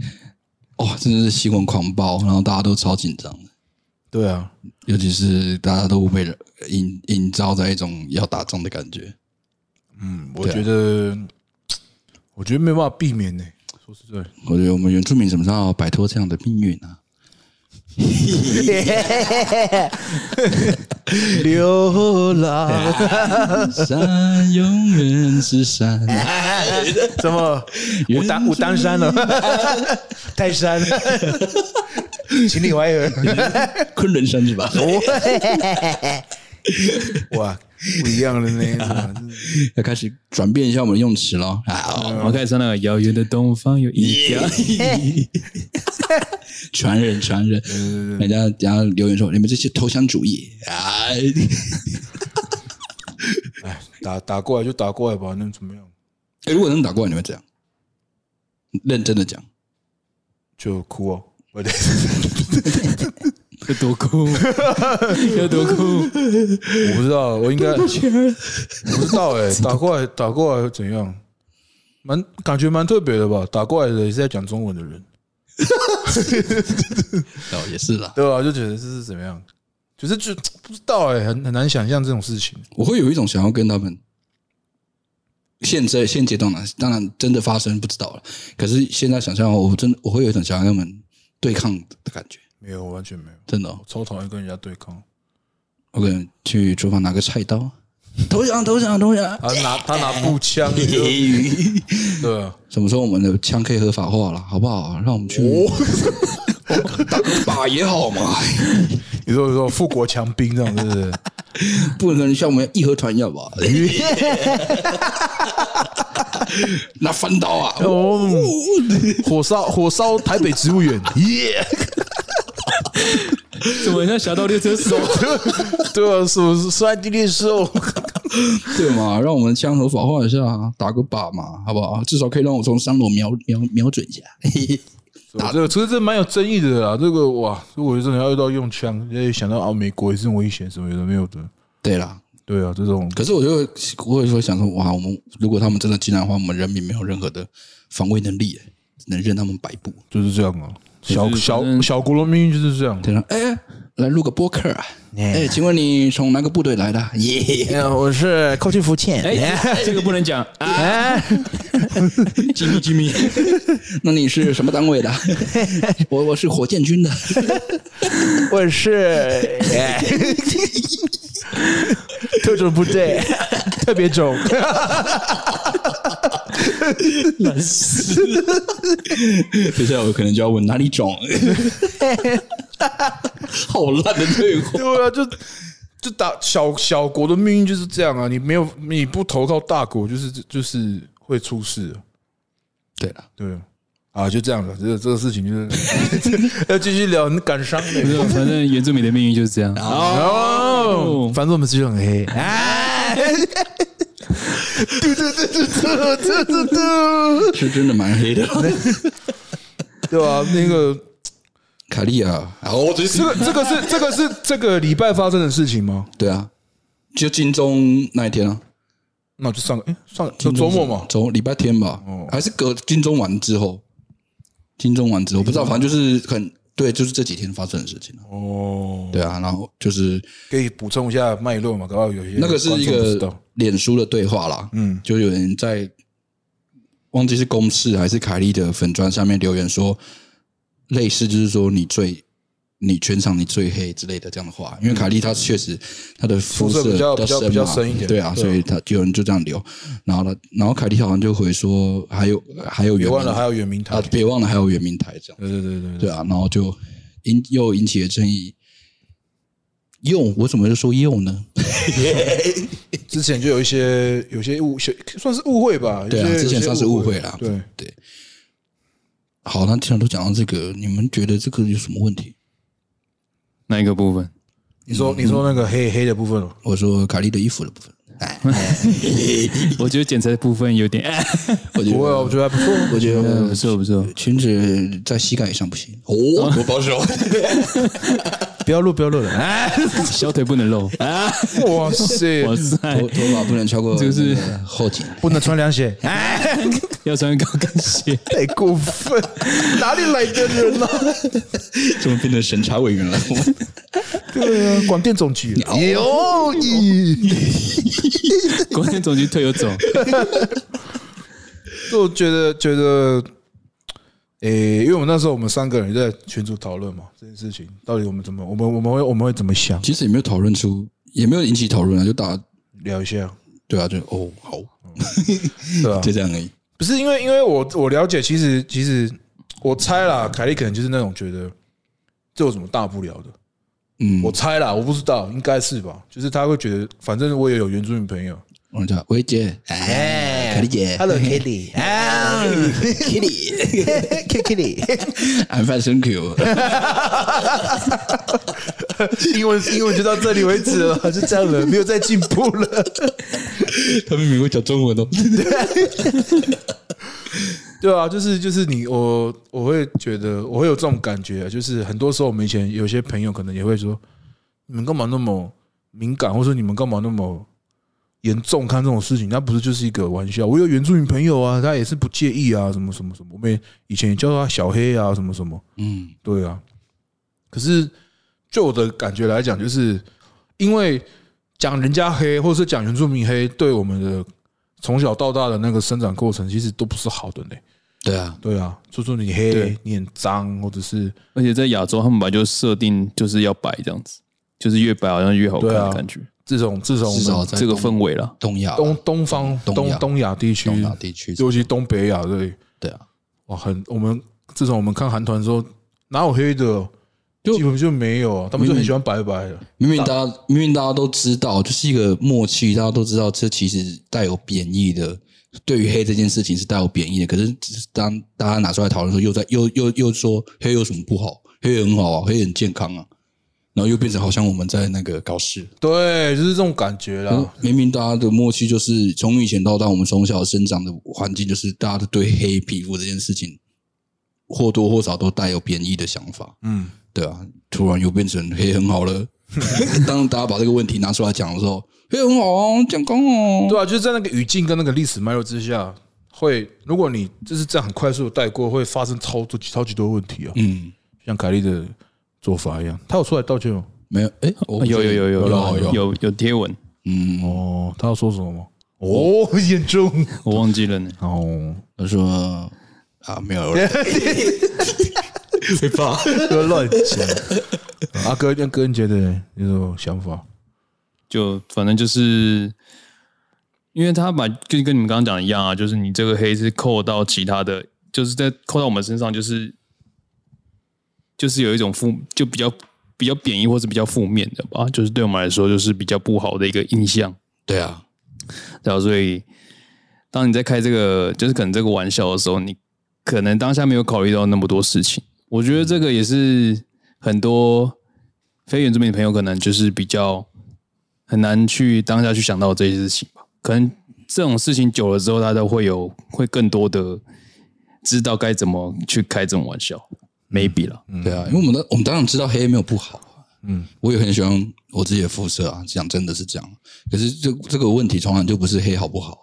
哇，真的是新闻狂暴，然后大家都超紧张的，
对啊，
尤其是大家都被营营造在一种要打仗的感觉。
嗯，我
对啊
觉得，我觉得没有办法避免呢、说实在，
我觉得我们原住民什么时候要摆脱这样的命运啊？
流浪
山永远是山，
什么武当武当山了，泰山，秦岭淮河，
昆仑山是吧？
哇， 不一啊样了 呢，
要开始转变一下我们的用词了。啊，
我们开始唱那个遥远的东方有一条，
传人传人，人家人家留言说你们这些投降主义啊！
哎，打打过来就打过来吧，能怎么样？
哎如果能打过来，你会怎样？认真的讲，
就哭 哦，不对，
要多酷， 要多酷，
我不知道，我应该不啊知道哎、打过来打过来会怎样？蛮感觉蛮特别的吧？打过来的也是在讲中文的人，
哦，也是啦。
对吧、就觉得这是怎么样？就是就不知道哎、很很难想象这种事情。
我会有一种想要跟他们现在现阶段呢，啊当然真的发生不知道了。可是现在想象，我真的我会有一种想要跟他们对抗的感觉，
没有，完全没有，
真的哦、
我超讨厌跟人家对抗。
我可能去厨房拿个菜刀， 投降，投降，投降。
他拿他拿步枪，你 就对啊，
什么时候我们的枪可以合法化了，好不好？让我们去、 打个靶也好嘛，
你说你说富国强兵这样，是不是？
不能像我们义和团一样 吧？拿翻刀 啊！
哦，火烧火烧台北植 物园，耶！
怎么很像侠盗猎车手？
对啊，什么摔地猎 兽？
对嘛，让我们枪合法化一下，打个靶嘛，好不好？至少可以让我从三楼瞄瞄瞄准一 下。
打这个，其实这蛮有争议的啦。啊这个哇，如果真的要遇到用枪，也想到啊，美国也是危险什么有的没有的。
对啦，
对啊，这种
可是我就会我也会想说，哇，我们如果他们真的进来的话，我们人民没有任何的防卫能力耶，只能任他们摆布。
就是这样啊。小
就是反
小
正
小国的命运就是这样。
他说：“哎，来录个播客啊！哎，请问你从哪个部队来的？ 耶，
呃我是寇去福建
哎，这个不能 讲啊！
哎，
吉米吉 米，那你是什么单 位的？我我是火箭军的。
我是哎特种部队，特别种。
接下来我可能就要问哪里 种，好烂的对话。
对啊，就就打小小国的命运就是这样啊！你没有你不投靠大国，就是就是会出事。
对了，
对啊啊，就这样了。这个这个事情就是 要继续聊，你感伤的。
不是，反正原住民的命运就是这样。
哦，反正我们是很黑。哎，嘟嘟嘟嘟嘟嘟嘟嘟，
是真的蛮黑 的。
对吧、那个，
卡利亚，啊，我只是
这个，这个是这个是这个礼拜发生的事情吗？
对啊，就金钟那一天啊，
那就上个，哎，上个就周末嘛。
周礼拜天吧，还是隔金钟完之后，金钟完之后不知道，反正就是很对，就是这几天发生的事情啊
哦，
对啊，然后就是
可以补充一下脉络嘛？搞不好有些
那个是一
观众不知
个
道
脸书的对话啦，嗯，就有人在忘记是公式还是凯莉的粉砖上面留言说，类似就是说你最你全场你最黑之类的这样的话，因为凯莉她确实她的肤
肤色比较
比较
比较比较
深
深
嘛
一点
对啊，
对啊
所以她有人就这样留，然后呢，然后凯莉好像就回说还有还有
别
原
忘了
名
还有原名台
啊。，别忘了还有原名台这样，
对对对对对，
对啊，然后就引又引起了争议。又，我怎么就说又呢？
之前就有一些有些误，算是误会吧。
对啊
有些
之前
有些
算是误会啦
对，
对，好，那既然都讲到这个，你们觉得这个有什么问题？
那一个部分？
你说你说那个黑黑的部分哦，
我说凯莉的衣服的部 分，哎，
我觉得剪裁的部分有 点，哎
我觉
不会啊，我
得，
觉得还不错。
我觉
呃不
得
错不错，
裙子在膝盖以上不行，哦，多保守，
不要录，不要录了。 哎，
小腿不能露。
哇塞
哇塞
头，头发不能超过
就是
那个后颈，
不能穿凉鞋，哎，
要穿高跟 鞋，
太过 分，哪里来的人啊？
怎么变成审查委员了？
对啊，广电总局。有咦，
国内总局退有走，
就觉得觉得，诶，因为我们那时候我们三个人在群组讨论嘛，这件事情到底我们怎么，我们我们会我们会怎么 想？
其实也没有讨论出，也没有引起讨论啊，就打，
聊一下，
对啊，就哦，好，
对吧？
就这样而已。
不是因为，因为我我了解，其实其实我猜啦，凯莉可能就是那种觉得这有什么大不了的，
嗯，
我猜啦，我不知道，应该是吧？就是他会觉得，反正我也有原住民朋友，
我叫维姐， 哎，凯莉姐
Kitty，啊
Kitty，
，Kitty，
I'm fine, thank you。
英文英文就到这里为止了，就这样了，没有再进步了。
他们明会讲中文哦。
对啊，就是就是你我我会觉得我会有这种感觉，啊就是很多时候我们以前有些朋友可能也会说，你们干嘛那么敏感，或者说你们干嘛那么严重看这种事情？那不是就是一个玩笑？我有原住民朋友啊，他也是不介意啊，什么什么什么，我们也以前也叫他小黑啊，什么什么，
嗯，
对啊。可是就我的感觉来讲，就是因为讲人家黑，或者是讲原住民黑，对我们的从小到大的那个生长过程，其实都不是好的呢。
对啊，
对啊，就说你黑
对，
你很脏，或者是
而且在亚洲，他们本来就设定就是要白这样子，就是越白好像越好看
对啊
的感觉，
这种这种
至少
我
在
这个氛围啦。
东亚、
们东东方
东亚
东东亚地区，
东亚地区，
尤其东北亚对，
对啊，
哇，很我们自从我们看韩团说哪有黑的，
就
基本就没有，他们就很喜欢白白的，
明明大家明明大家都知道，就是一个默契，大家都知道这其实带有贬义的，对于黑这件事情是带有贬义的。可是当大家拿出来讨论的时候，又在又又又说黑有什么不好？黑很好啊，黑很健康啊，然后又变成好像我们在那个搞事。
对，就是这种感觉啦。
明明大家的默契就是从以前到大，我们从小生长的环境就是大家都对黑皮肤这件事情或多或少都带有贬义的想法，
嗯，
对啊，突然又变成黑很好了。 当大家把这个问题拿出来讲的时候，黑很好啊，讲光哦，
对啊，就是在那个语境跟那个历史脉络之下，会，如果你就是这样很快速的带过，会发生超多超级多问题啊。
嗯，
像凯莉的做法一样，他有出来道歉吗？
没有，哎、我不知道
啊有有有有
有
有，有有贴文，
嗯，
哦，他要说什么吗？哦，很严重
我忘记了呢。
哦，
他说啊，没 有，会怕，
不要乱讲。 阿哥，那哥你觉得你有什么想法？
就反正就是，因为他把就跟你们刚刚讲的一样啊，就是你这个黑是扣到其他的，就是在扣到我们身上，就是就是有一种负，就比较比较贬义或是比较负面的吧，就是对我们来说就是比较不好的一个印象。
对啊，
然后所以当你在开这个就是可能这个玩笑的时候，你可能当下没有考虑到那么多事情。我觉得这个也是很多非原住民朋友可能就是比较很难去当下去想到这些事情吧。可能这种事情久了之后，大家都会有会更多的知道该怎么去开这种玩笑，maybe 嗯了。
对啊，因为我们的我们当然知道黑没有不好、啊，嗯，我也很喜欢我自己的肤色啊，讲真的是这样，可是这这个问题从来就不是黑好不啊好，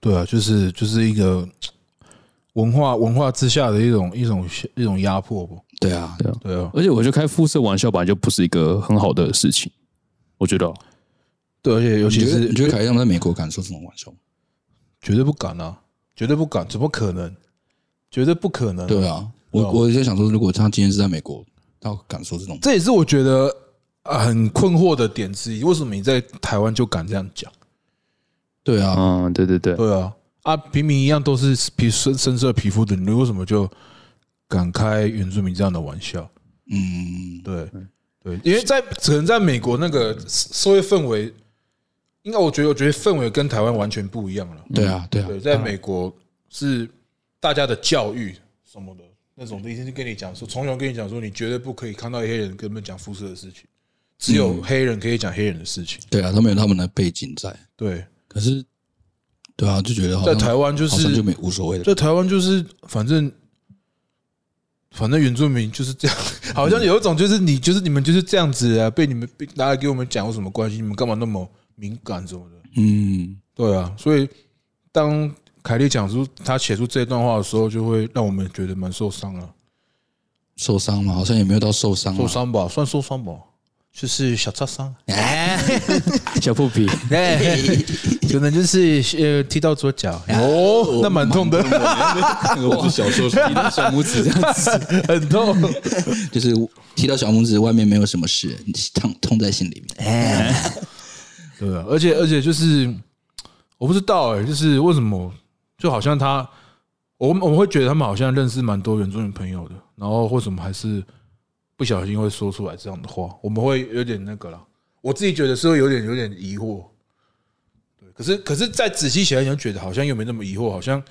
对啊，就是就是一个文化文化之下的一种一种一种压迫吧。
对啊，
对啊，
对啊，
而且我觉得开肤色玩笑本来就不是一个很好的事情，我觉得哦、
对，而且尤
你
其
觉得
是
你觉得凯莉他们在美国敢说这种玩笑吗？
绝对不敢啊，绝对不敢，怎么可能？绝对不可能、
对，啊，我
嗯
我就想说，如果他今天是在美国，他敢说这种，
这也是我觉得啊很困惑的点之一。为什么你在台湾就敢这样讲？
对啊，
嗯，对对对，
对啊，啊，平民一样都是皮深深色皮肤的，你为什么就敢开原住民这样的玩笑？
嗯，
对对，因为在可能在美国那个社会氛围，应该我觉得我觉得氛围跟台湾完全不一样了。
对啊，对啊，
嗯对，在美国是大家的教育什么的那种，医生就跟你讲说，从小跟你讲说，你绝对不可以看到黑人跟他们讲肤色的事情，只有
嗯
黑人可以讲黑人的事情。
对啊，他们有他们的背景在，
对，
可是，对啊，就觉得好像
在台湾就是
好像就没无所谓了，
在台湾就是反正。反正原住民就是这样， 好像有一种就是你就是你们就是这样子啊，被你们被拿来给我们讲有什么关系？你们干嘛那么敏感什么的？
嗯，
对啊，所以当凯莉讲出他写出这段话的时候，就会让我们觉得蛮受伤了。
受伤嘛，好像也没有到受伤啊，
受伤吧，算受伤吧，就是小擦 伤，
小破皮。
可能就是呃踢到左脚， 哦，那蛮痛的，
那个不是小受伤，
小拇指这样 子，
很痛。
就是踢到小拇指外面没有什么事，痛痛在心里面，
对啊，而且而且就是我不知道哎、就是为什么就好像他，我们我们会觉得他们好像认识蛮多原住民朋友的，然后为什么还是不小心会说出来这样的话？我们会有点那个了，我自己觉得是会有点有点疑惑。对，可是可是再仔细想一想，觉得好像又没那么疑惑，好像。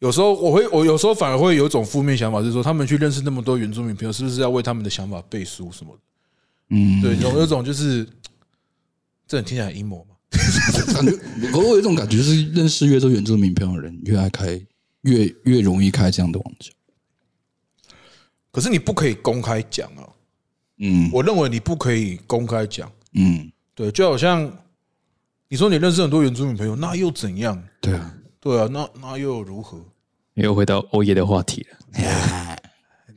有时候我会，我有时候反而会有一种负面想法，是说他们去认识那么多原住民朋友，是不是要为他们的想法背书什么的？
嗯，
对，有有种就是，这很听起来很阴谋嘛。
感觉我我有一种感觉，就是认识越多原住民朋友的人，越爱开，越越容易开这样的玩笑，
可是你不可以公开讲啊！
嗯
我认为你不可以公开讲。
嗯，
对，就好像你说你认识很多原住民朋友，那又怎样？
对啊，
对啊，那那又如何？
又回到欧耶的话题了。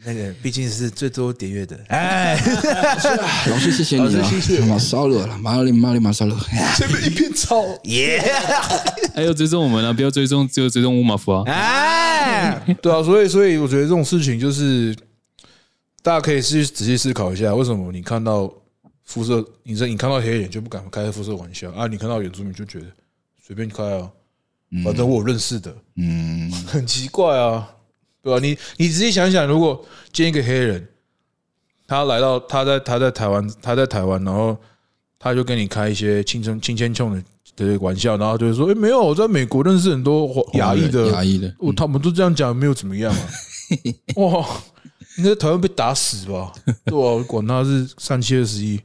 那个毕竟是最多点 阅的，哎，
老师，谢谢你啊！马烧了啦，马里马里马烧了。
前面一片草耶！
还有追踪我们啊，不要追踪，只有追踪乌马夫啊。
哎， 对啊，所以所以我觉得这种事情就是大家可以去仔细思考一下，为什么你看到肤色，你这你看到黑人就不敢开肤色玩笑啊？你看到原住民就觉得随便开啊，反正我有认识的，
嗯，
很奇怪啊，对吧、你你仔细想想，如果见一个黑人，他来到他在他在台湾，他在台湾，然后他就跟你开一些青春青千冲的的玩笑，然后就会说：“哎、没有，我在美国认识很多华哦亚裔的，
压抑的，
我他们都这样讲，没有怎么 样啊。”哇，你在台湾被打死吧？对啊，我管他是三七二十一。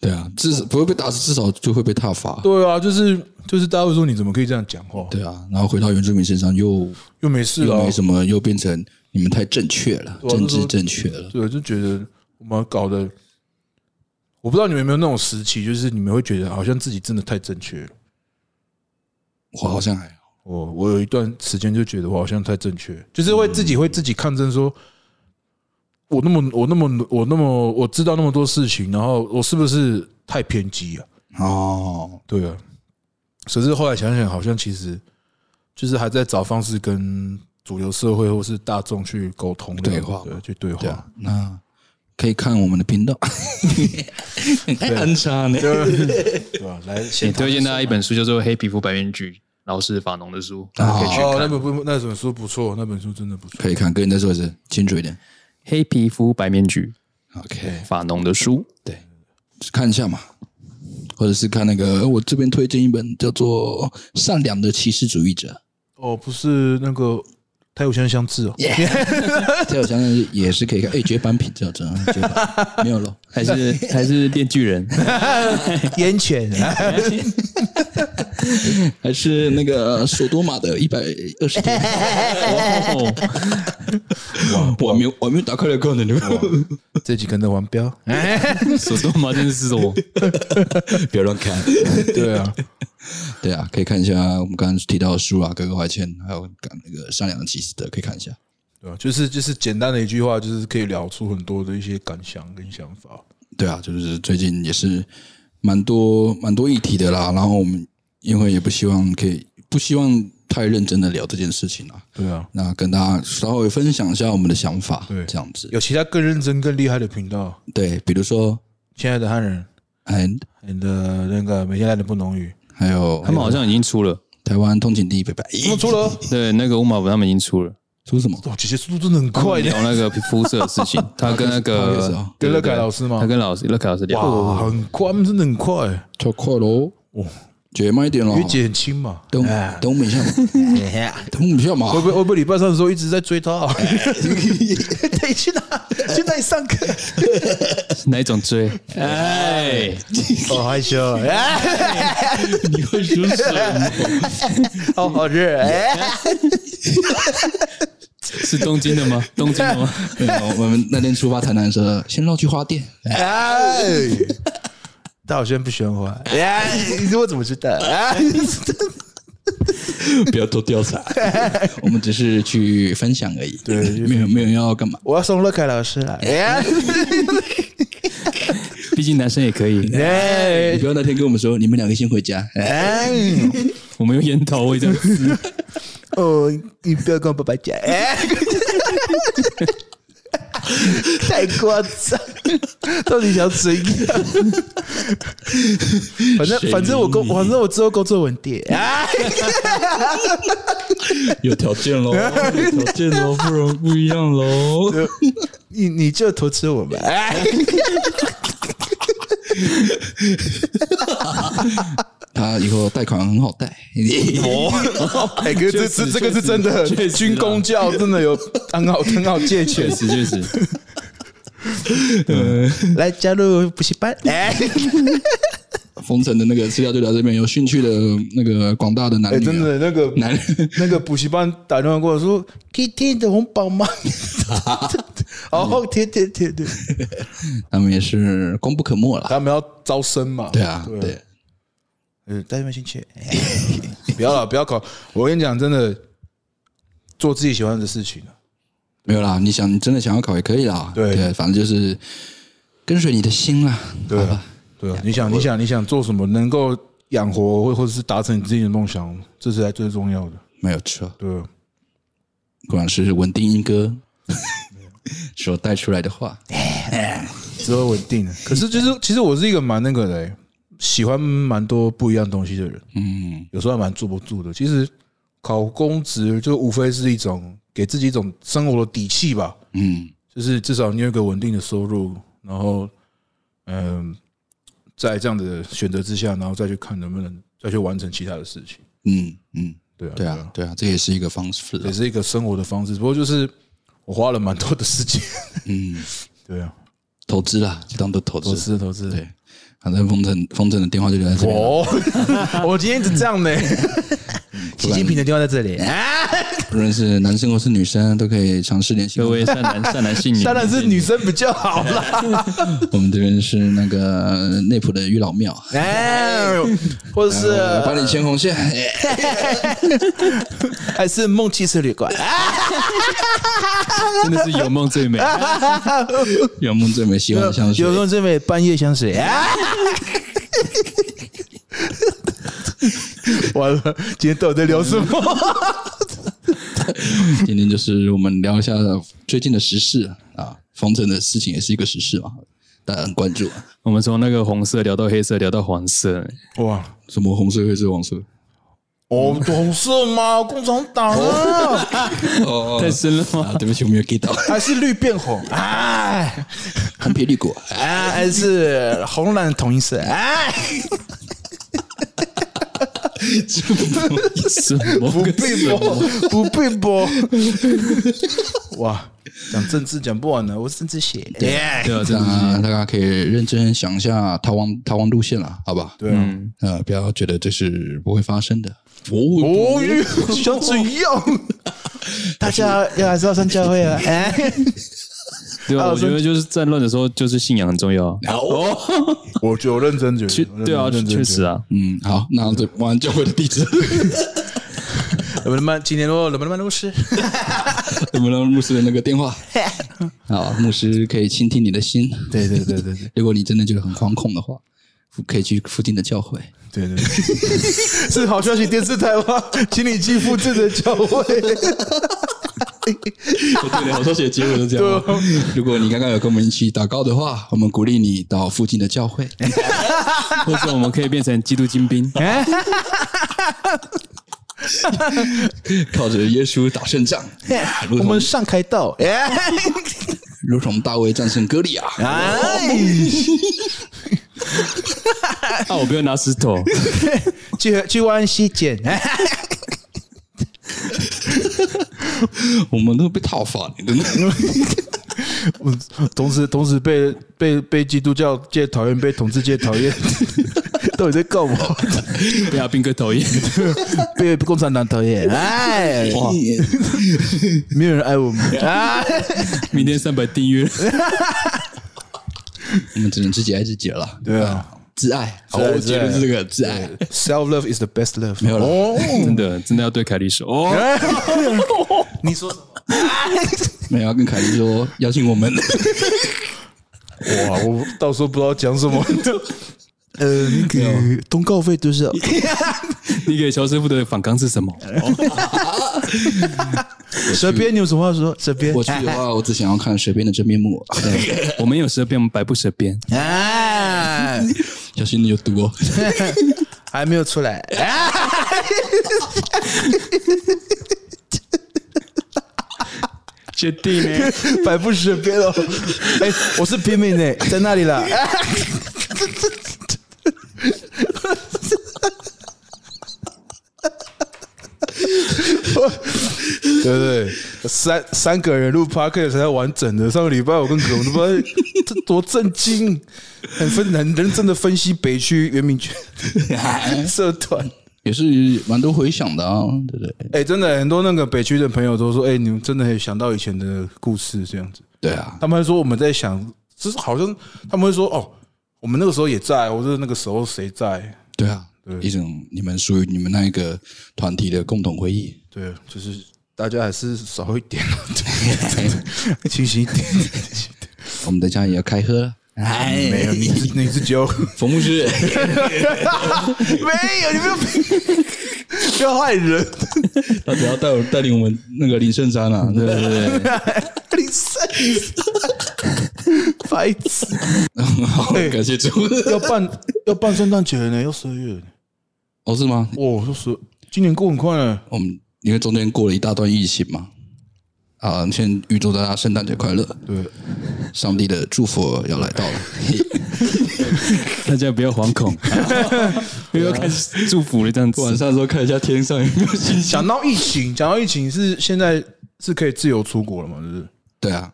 对啊，至少不会被打死，至少就会被踏伐。
对啊，就是就是，大家会说你怎么可以这样讲话？
对啊，然后回到原住民身上又
又没事
又
啊
没，什么，又变成你们太正确了，
对啊
政
就
治
是
正确了。
对，就觉得我们搞的，我不知道你们有没有那种时期，就是你们会觉得好像自己真的太正确了。
我好像还好，
我哦我有一段时间就觉得我好像太正确，就是会自己
嗯
会自己抗争说，我那么我那么我那么我知道那么多事情，然后我是不是太偏激啊？
哦，
对啊，可是后来想想，好像其实就是还在找方式跟主流社会或是大众去沟通的
对话
对，去对
对
话
啊。，那可以看我们的频 道，还安插呢。
对吧？来，
也
先
推荐大家一本书，叫做《黑皮肤白面具：老式法农》的书，大家可以去看。
哦，那本不那本书不错，那本书真的不错。
可以看，跟人家说一次，清楚一点。
黑皮肤白面具
OK，
法农的书，
对，看一下嘛，或者是看那个，呃我这边推荐一本叫做《善良的歧视主义者
哦，不是那个太有香香字哦，》，
这我相信也是可以看。哎，绝版品这样子，绝版没有了。
还是还是电锯 人，
烟犬。
还是那个索多玛的一百二十天，
哦，
我没有我没有打开来看的，
这集跟着黄标，
手动麻真是我，
哎
不要乱看。
对啊，
对啊，可以看一下我们刚刚提到的书啊，《哥哥怀歉》，还有刚那个《善良的骑士的》，可以看一下。
对啊，就是就是简单的一句话，就是可以聊出很多的一些感想跟想法。
对啊，就是最近也是蛮多蛮多议题的啦。然后我们因为也不希望可以不希望太认真的聊这件事情啊，
对啊，
那跟大家稍微分享一下我们的想法，
对
这样子。
有其他更认真、更厉害的频道，
对，比如说
亲爱的汉人，
and
你的那个每天来的不浓语，
还有
他们好像已经出了，
台湾通勤第一拜拜，
我们出了，
对，那个乌马文他们已经出了，
出什么？
哇，姐姐速度真的很快
聊
的，
那个肤色的 事情，他跟
他
那
跟
个
谁啊
跟乐凯
对
老师吗
他？跟老师乐凯老师聊，
哦哇，哦很快，他们真的很快，
超快喽！
哇，
姐慢一点喽
因为，姐很轻嘛。
等等我们一 下嘛，等我们一下嘛
我。不我不礼拜上的时候一直在追 他， 对，去哪去哪里上 课？
哪一种追？哎，
好害羞，哎，
你会输水？
好好热，哎，
是东京的吗？东京的吗？
没有我们那天出发台南的时候，先绕去花店，
哎，但我现在不喜欢花，哎，我怎么知道？哎，
不要做调查， 我们只是去分享而已，
对
没有没有要干嘛。
我要送乐凯老师了，哎，
毕竟男生也可以。
你
哎，
不要那天跟我们说，你们两个先回家。哎
哎，
我们用烟头味这样子，
哦，你不要跟我爸爸讲，哎， 太夸张，到底想怎样？反正反正我工，反正我之后工作稳定，哎。
有条件 喽，有条件喽，不然不一样喽。
你你就投资我们，哎，
他以后贷款很好贷，哦
哎哥，这这这个是真的，军工教真的有很好很好借钱
确，实确实，
来加入补习班，哎，
封城的那个资料就到这边，有兴趣的那个广大的男
哎
女啊，
真的那个
男人
那个补习班打电话过来说，可以贴你的红包 吗？哦，贴贴贴 贴，
他们也是功不可没啦。
他们要招生嘛，
对啊，
对
对，
嗯，大家有没有兴趣？哎 不要了，不要考，我跟你讲，真的做自己喜欢的事情啊
没有啦，你想你真的想要考也可以啦。
对
反正就是跟随你的心啦。
对啊，对啊，你想，你想，你想做什么能够养活或或者是达成你自己的梦想，这是才最重要的。
没有错，
对啊，
果然是稳定英哥 所带出来的话。
之后稳定了。可是就是，其实我是一个蛮那个的欸、喜欢蛮多不一样东西的人，
嗯，
有时候还蛮坐不住的。其实考公职就无非是一种给自己一种生活的底气吧，
嗯，
就是至少你有一个稳定的收入，然后嗯，在这样的选择之下，然后再去看能不能再去完成其他的事情。
嗯嗯，
对啊，
对啊，对啊，这也是一个方式啊。
也是一个生活的方式。不过就是我花了蛮多的时间，
嗯，
对啊，
投资啦，就当做投资。
投资
对，反正风筝风筝的电话就留在这里了。
哦，我今天一直这样呢。习近平的电话在这里啊，
不论是男生或是女生，都可以尝试联系
各
我们。
位善男善男信女，
当然是女生比较好啦。
我们这边是那个内埔的月老庙，
哎，或者是
我帮你牵红线。哎
还是梦汽车旅馆，
真的是有梦最美。
圆梦最美，希望相随
有。用这位半夜香水啊！完了，今天到底在聊什么？
今天就是我们聊一下最近的时事啊，封城的事情也是一个时事嘛，大家很关注啊。
我们从那个红色聊到黑色，聊到黄色，
哇，
什么红色、黑色、黄色？
哦，红色吗？共产党啊，
哦，
太深了吗？
啊，对不起，我没有 get 到。
还是绿变红？哎
含皮绿果，
哎，还是红蓝同一色？哎，
什 么
不
跟
必
什么？
播，不必播。哇，讲政治讲不完了，我甚至写。
对啊，真的是
那大家可以认真想一下逃亡逃亡路线了，好吧？
对啊，
呃，不要觉得这是不会发生的。哦，
哦哟，小嘴要，大家要还是要上教会啊！哎，
对
啊
啊，我
所
觉
以
得就是战乱的时候，就是信仰很重要啊。
好，
我就认真觉
确
得，
对啊，
我认真觉
确
得
实。啊，
嗯，好，那这完教会的地址，
能不能今年落能不能录事？
怎么了？牧师的那个电话，好，牧师可以倾听你的心。
对对对对对
如果你真的觉得很惶恐的话，可以去附近的教会。
对对，对是好消息电视台吗？请你寄附近的教会。
哦对的，好消息的结尾就这样。如果你刚刚有跟我们一起祷告的话，我们鼓励你到附近的教 会。
或者我们可以变成基督 精兵，
靠着耶稣打胜仗，如
我
同
们上开道。哎，
如同大卫战胜歌利亚。
哎
啊，我不要拿石头，
去去湾西捡。哎
我们都被套反了，真的。
我同时同时被被被基督教界讨厌，被统治界讨厌， 到底在干嘛？
被阿兵哥讨厌，
被共产党讨厌。哎，
哇，
没有人爱我们。哎，
明天三百订阅，
我们只能自己爱自己了啦。
对啊。
自爱，好，
自爱
我觉得是这个自爱。
Self love is the best love。
没有了
哦，
真的真的要对凯莉说哦，
哎你说什么？
没有啊要跟凯莉说邀请我们，
哇，我到时候不知道讲什 么。呃，那个通告费多 少？
你给乔师傅的反抗是什么？
这边你有什么话说？这边
我去的话，我只想要看水边的真面目。
我们有舌辩，我们白不舌辩，
啊，
小心你有毒 哦！
还没有出来。
决定呢？
百步蛇边哦。哎、我是平民呢，在那里啦。对不对？三三个人录 p o d c a s 才完整的。上个礼拜我跟葛我都不知道这多震惊，很分很认真的分析北区原民区社 团。
也是蛮多回响的啊，对不对？
哎、真的很多那个北区的朋友都说，哎、你们真的很想到以前的故事这样子。
对啊，
他们还说我们在想，就是好像他们会说哦，我们那个时候也在，或者那个时候谁在？
对啊，一种你们属于你们那一个团体的共同回忆。
对，就是大家还是少一 点，清醒一点。
我们在家也要开喝了。哎，
没有你， 你自己要
冯牧 师，
没有，你不要不要害人。
他只要带我带领我们那个林圣山啊，对对对。
你谁？白痴！
好，感谢主。
要办要办圣诞节呢，要十二月。
哦，是吗？
哦，要十，今年过很快呢。
我们因为中间过了一大段疫情嘛，啊，先预祝大家圣诞节快乐，
对，
上帝的祝福要来到了。
大家不要惶 恐，又要开始祝福了这样 子。
晚上的时候看一下天上有没有星星。
讲到疫情，讲到疫情是现在是可以自由出国了嘛？就是。
对啊，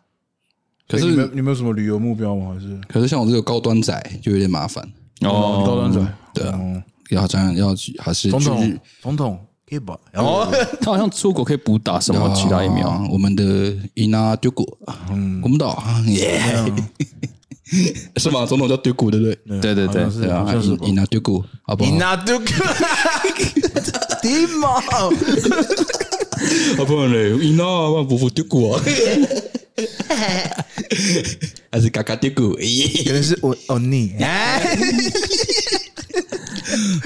可
欸你们
是
你们有什么旅游目标吗？还是
可是像我这个高端仔就有点麻烦，
高端仔？
对啊
哦，
要好像要去还是
总
去日
统，总统，可以吧？然后
他好像出国可以补打什么其他疫苗，
啊我们的伊纳丢古，
嗯
我们岛耶， 是吗？总统叫丢古对不对？
嗯
对对对
好像是
对啊
好像是，吧
伊纳丢古，啊好不好？
Inaduka，Dimo，
好啊不然嘞，伊纳万伯父丢古 啊，还是嘎嘎丢古？耶
可能是我哦你，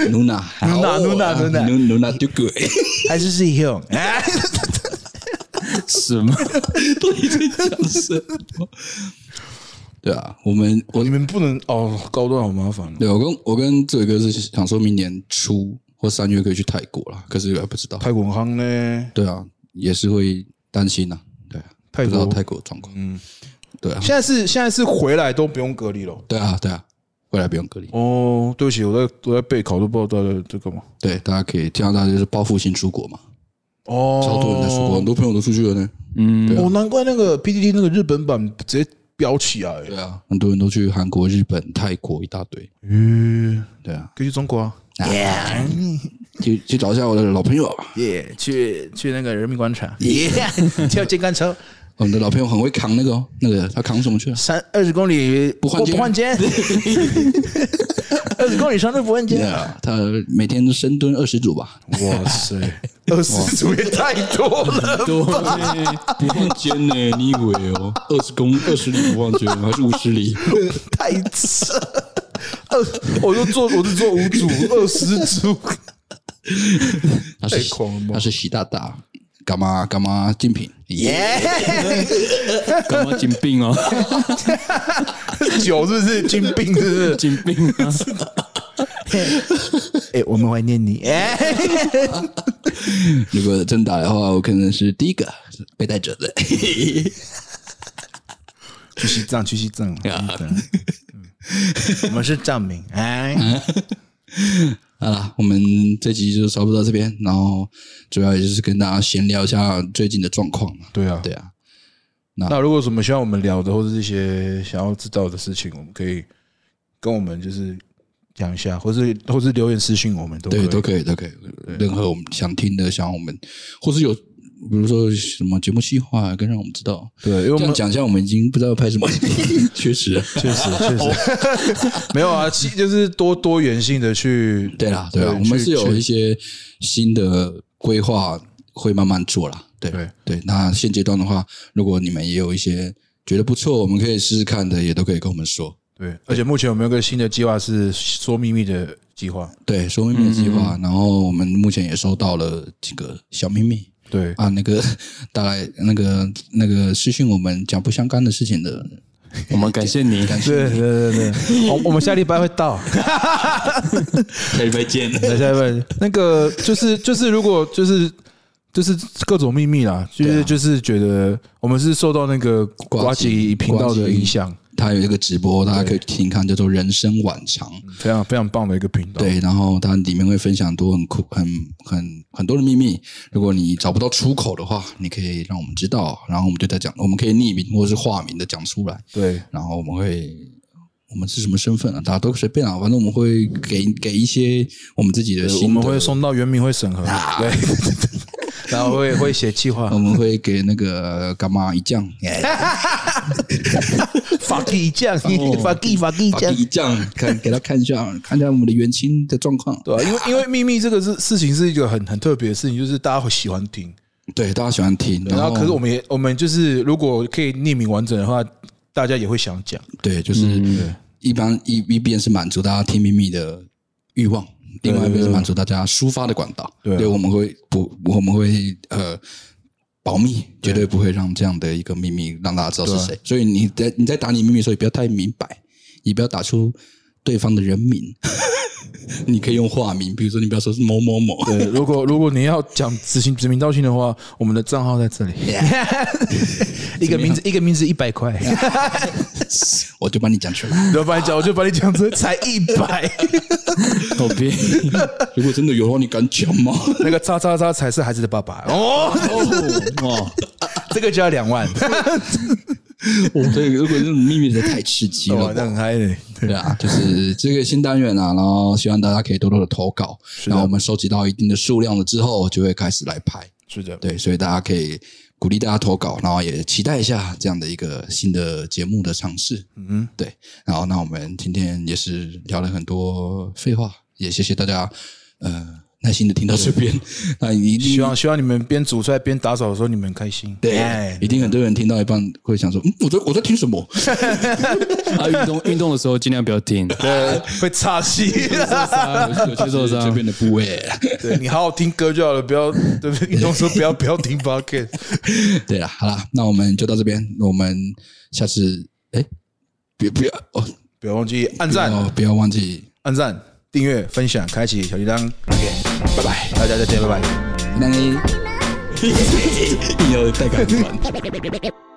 努娜，
努娜努娜努娜
努努娜丢古，
还是是 Hill，
是吗？
到底在讲什么？ 对啊，我们我
你们不能哦，高端好麻烦哦，
对我跟我跟这位哥是想说明年初或三月可以去泰国啦，可是还不知道。
泰国夯呢？
对啊，也是会担心呐、对、啊，
泰
不知
国
道泰国的状况。嗯，对啊，
现在是现在是回来都不用隔离了。
对啊，对啊，回来不用隔离。
哦，对不起，我在我在备考，都不知道在在干嘛。
对，大家可以听到大家就是报复性出国嘛，
哦，
超多人在出国，很多朋友都出去了呢。
嗯，
哦，难怪那个 PPT 那个日本版直接飙起来。
对啊，很多人都去韩国、日本、泰国一大堆。
嗯，
对啊，
可以去中国啊。
去去找一下我的老朋友啊吧，
耶，去去那个人民广场。耶，跳电杆车，
我们的老朋友很会扛那个哦，那个他扛什么去了？啊
三二十公里不
换肩
肩，二十公里长度不换
对。啊，他每天都深蹲二十组吧，
哇塞， 二十组也太多了。
对，不换肩呢、你以为哦？二十公二十里不换肩，还是五十里？
太扯！ 二，我就做，我就做五 组，二十组，
他
太
是
狂了吧
他是习大大，干嘛干嘛竞品耶
哎
干嘛紧病哦？
酒是不是金病？是不是？
紧病啊！
哎、我们怀念你。哎、
如果真打的话，我可能是第一个被带走的。
去西藏，去西藏。嗯我们是藏民。哎，
好啦，我们这集就差不多到这边，然后主要也就是跟大家闲聊一下最近的状况嘛。
对啊，
对。啊，
那如果有什么需要我们聊的，或者是一些想要知道的事情，我们可以跟我们就是讲一下，或是或是 留言私信我们都可以。
对，都可以，都可以。任何我们想听的，想要我们，或是有比如说什么节目计划，啊跟让我们知道。
对，因为我
这样
们
讲一下，我们已经不知道拍什 么，确实。啊
确 实确实没有啊，其就是多多元性的去。
对啦，对啦，啊我
去
们是有
去
一些新的规划会慢慢做啦。对
对
对，那现阶段的话，如果你们也有一些觉得不错，我们可以试试看的，也都可以跟我们说。
对，而且目前我们有个新的计划是说秘密的计划。
对，说秘密计划，然后我们目前也收到了几个小秘密
对，
啊，那个大概那个那个私讯我们讲不相干的事情的，
我们感谢你，
感
对
谢，
对对 对，我我们下礼拜会到，
下礼拜见。
下礼拜 那个就是就是如果就是就是各种秘密啦，就是、
对啊
就是觉得我们是受到那个
瓜
瓜
吉
吉频道的影响，
他有一个直播，大家可以听看，叫做《人生晚长》。
非常非常棒的一个频道。，
对，然后它里面会分享很多很酷、很很很多的秘密。如果你找不到出口的话，你可以让我们知道，然后我们就在讲，我们可以匿名或者是化名的讲出来，
对
然后我们会。我们是什么身份啊？大家都随便啊，反正我们会给给一些我们自己的啊
我
心得，
们会送到原民会审核，对， 然后会会写计 划
我，们会给那个干妈一 酱，哎
法蒂酱，法蒂哦法蒂
法蒂一酱，看给他看一下，看一下我们的元青的状况。
对啊，因为因为秘密这个是事情是一个很很特别的事情，就是大家会喜欢听，
对，大家喜欢听，
然
后
后可是我们也我们就是如果可以匿名完整的话，大家也会想 讲。
对，
嗯
就是
嗯
一般一一边是满足大家听秘密的欲望，另外一边是满足大家抒发的管道。
对啊
我们会不，我们会呃保密，绝对不会让这样的一个秘密让大家知道
啊
是谁。所以你在你在打你秘密的时候，也不要太明白，也不要打出对方的人名。 你可以用化名，比如说你不要说是某某某，
对，如果如果你要讲执行指名道姓的话，我们的账号在这里， 一个名字一个名字一百块，
我就帮你讲出来。
老板讲我就把你讲成才一百，
好别，
如果真的有的话，你敢讲吗？
那个叉叉叉 才是孩子的爸爸哦，
哦，哇，
这个就要两万，
我 对，如果这种秘密实在太刺激
哇，
了
哦那，很嗨嘞！
对啊，就是这个新单元啊，然后希望大家可以多多的投稿，然后我们收集到一定的数量了之后，就会开始来拍。
是的，
对，所以大家可以鼓励大家投稿，然后也期待一下这样的一个新的节目的尝试。
嗯，
对，然后那我们今天也是聊了很多废话，也谢谢大家，呃，耐心的听到这边。那一定
希望希望你们边煮菜边打扫的时候，你们很开心。
对
哎，
一定很多人听到一半会想说，嗯，我在我在听什么？
啊，运动运动的时候尽量不要听，
对，会岔气。
有些受
这
伤。
边的部位。
对你好好听歌就好了，不要对不对？运动说不要不要听 p o c a s t
对了，好啦，那我们就到这边，我们下次哎，别不要哦，
不要忘记按
不要
赞、
不要忘记，
按赞、订阅、分享、开启小铃铛。
拜拜，
大家再见，拜拜。
那你你要带感团。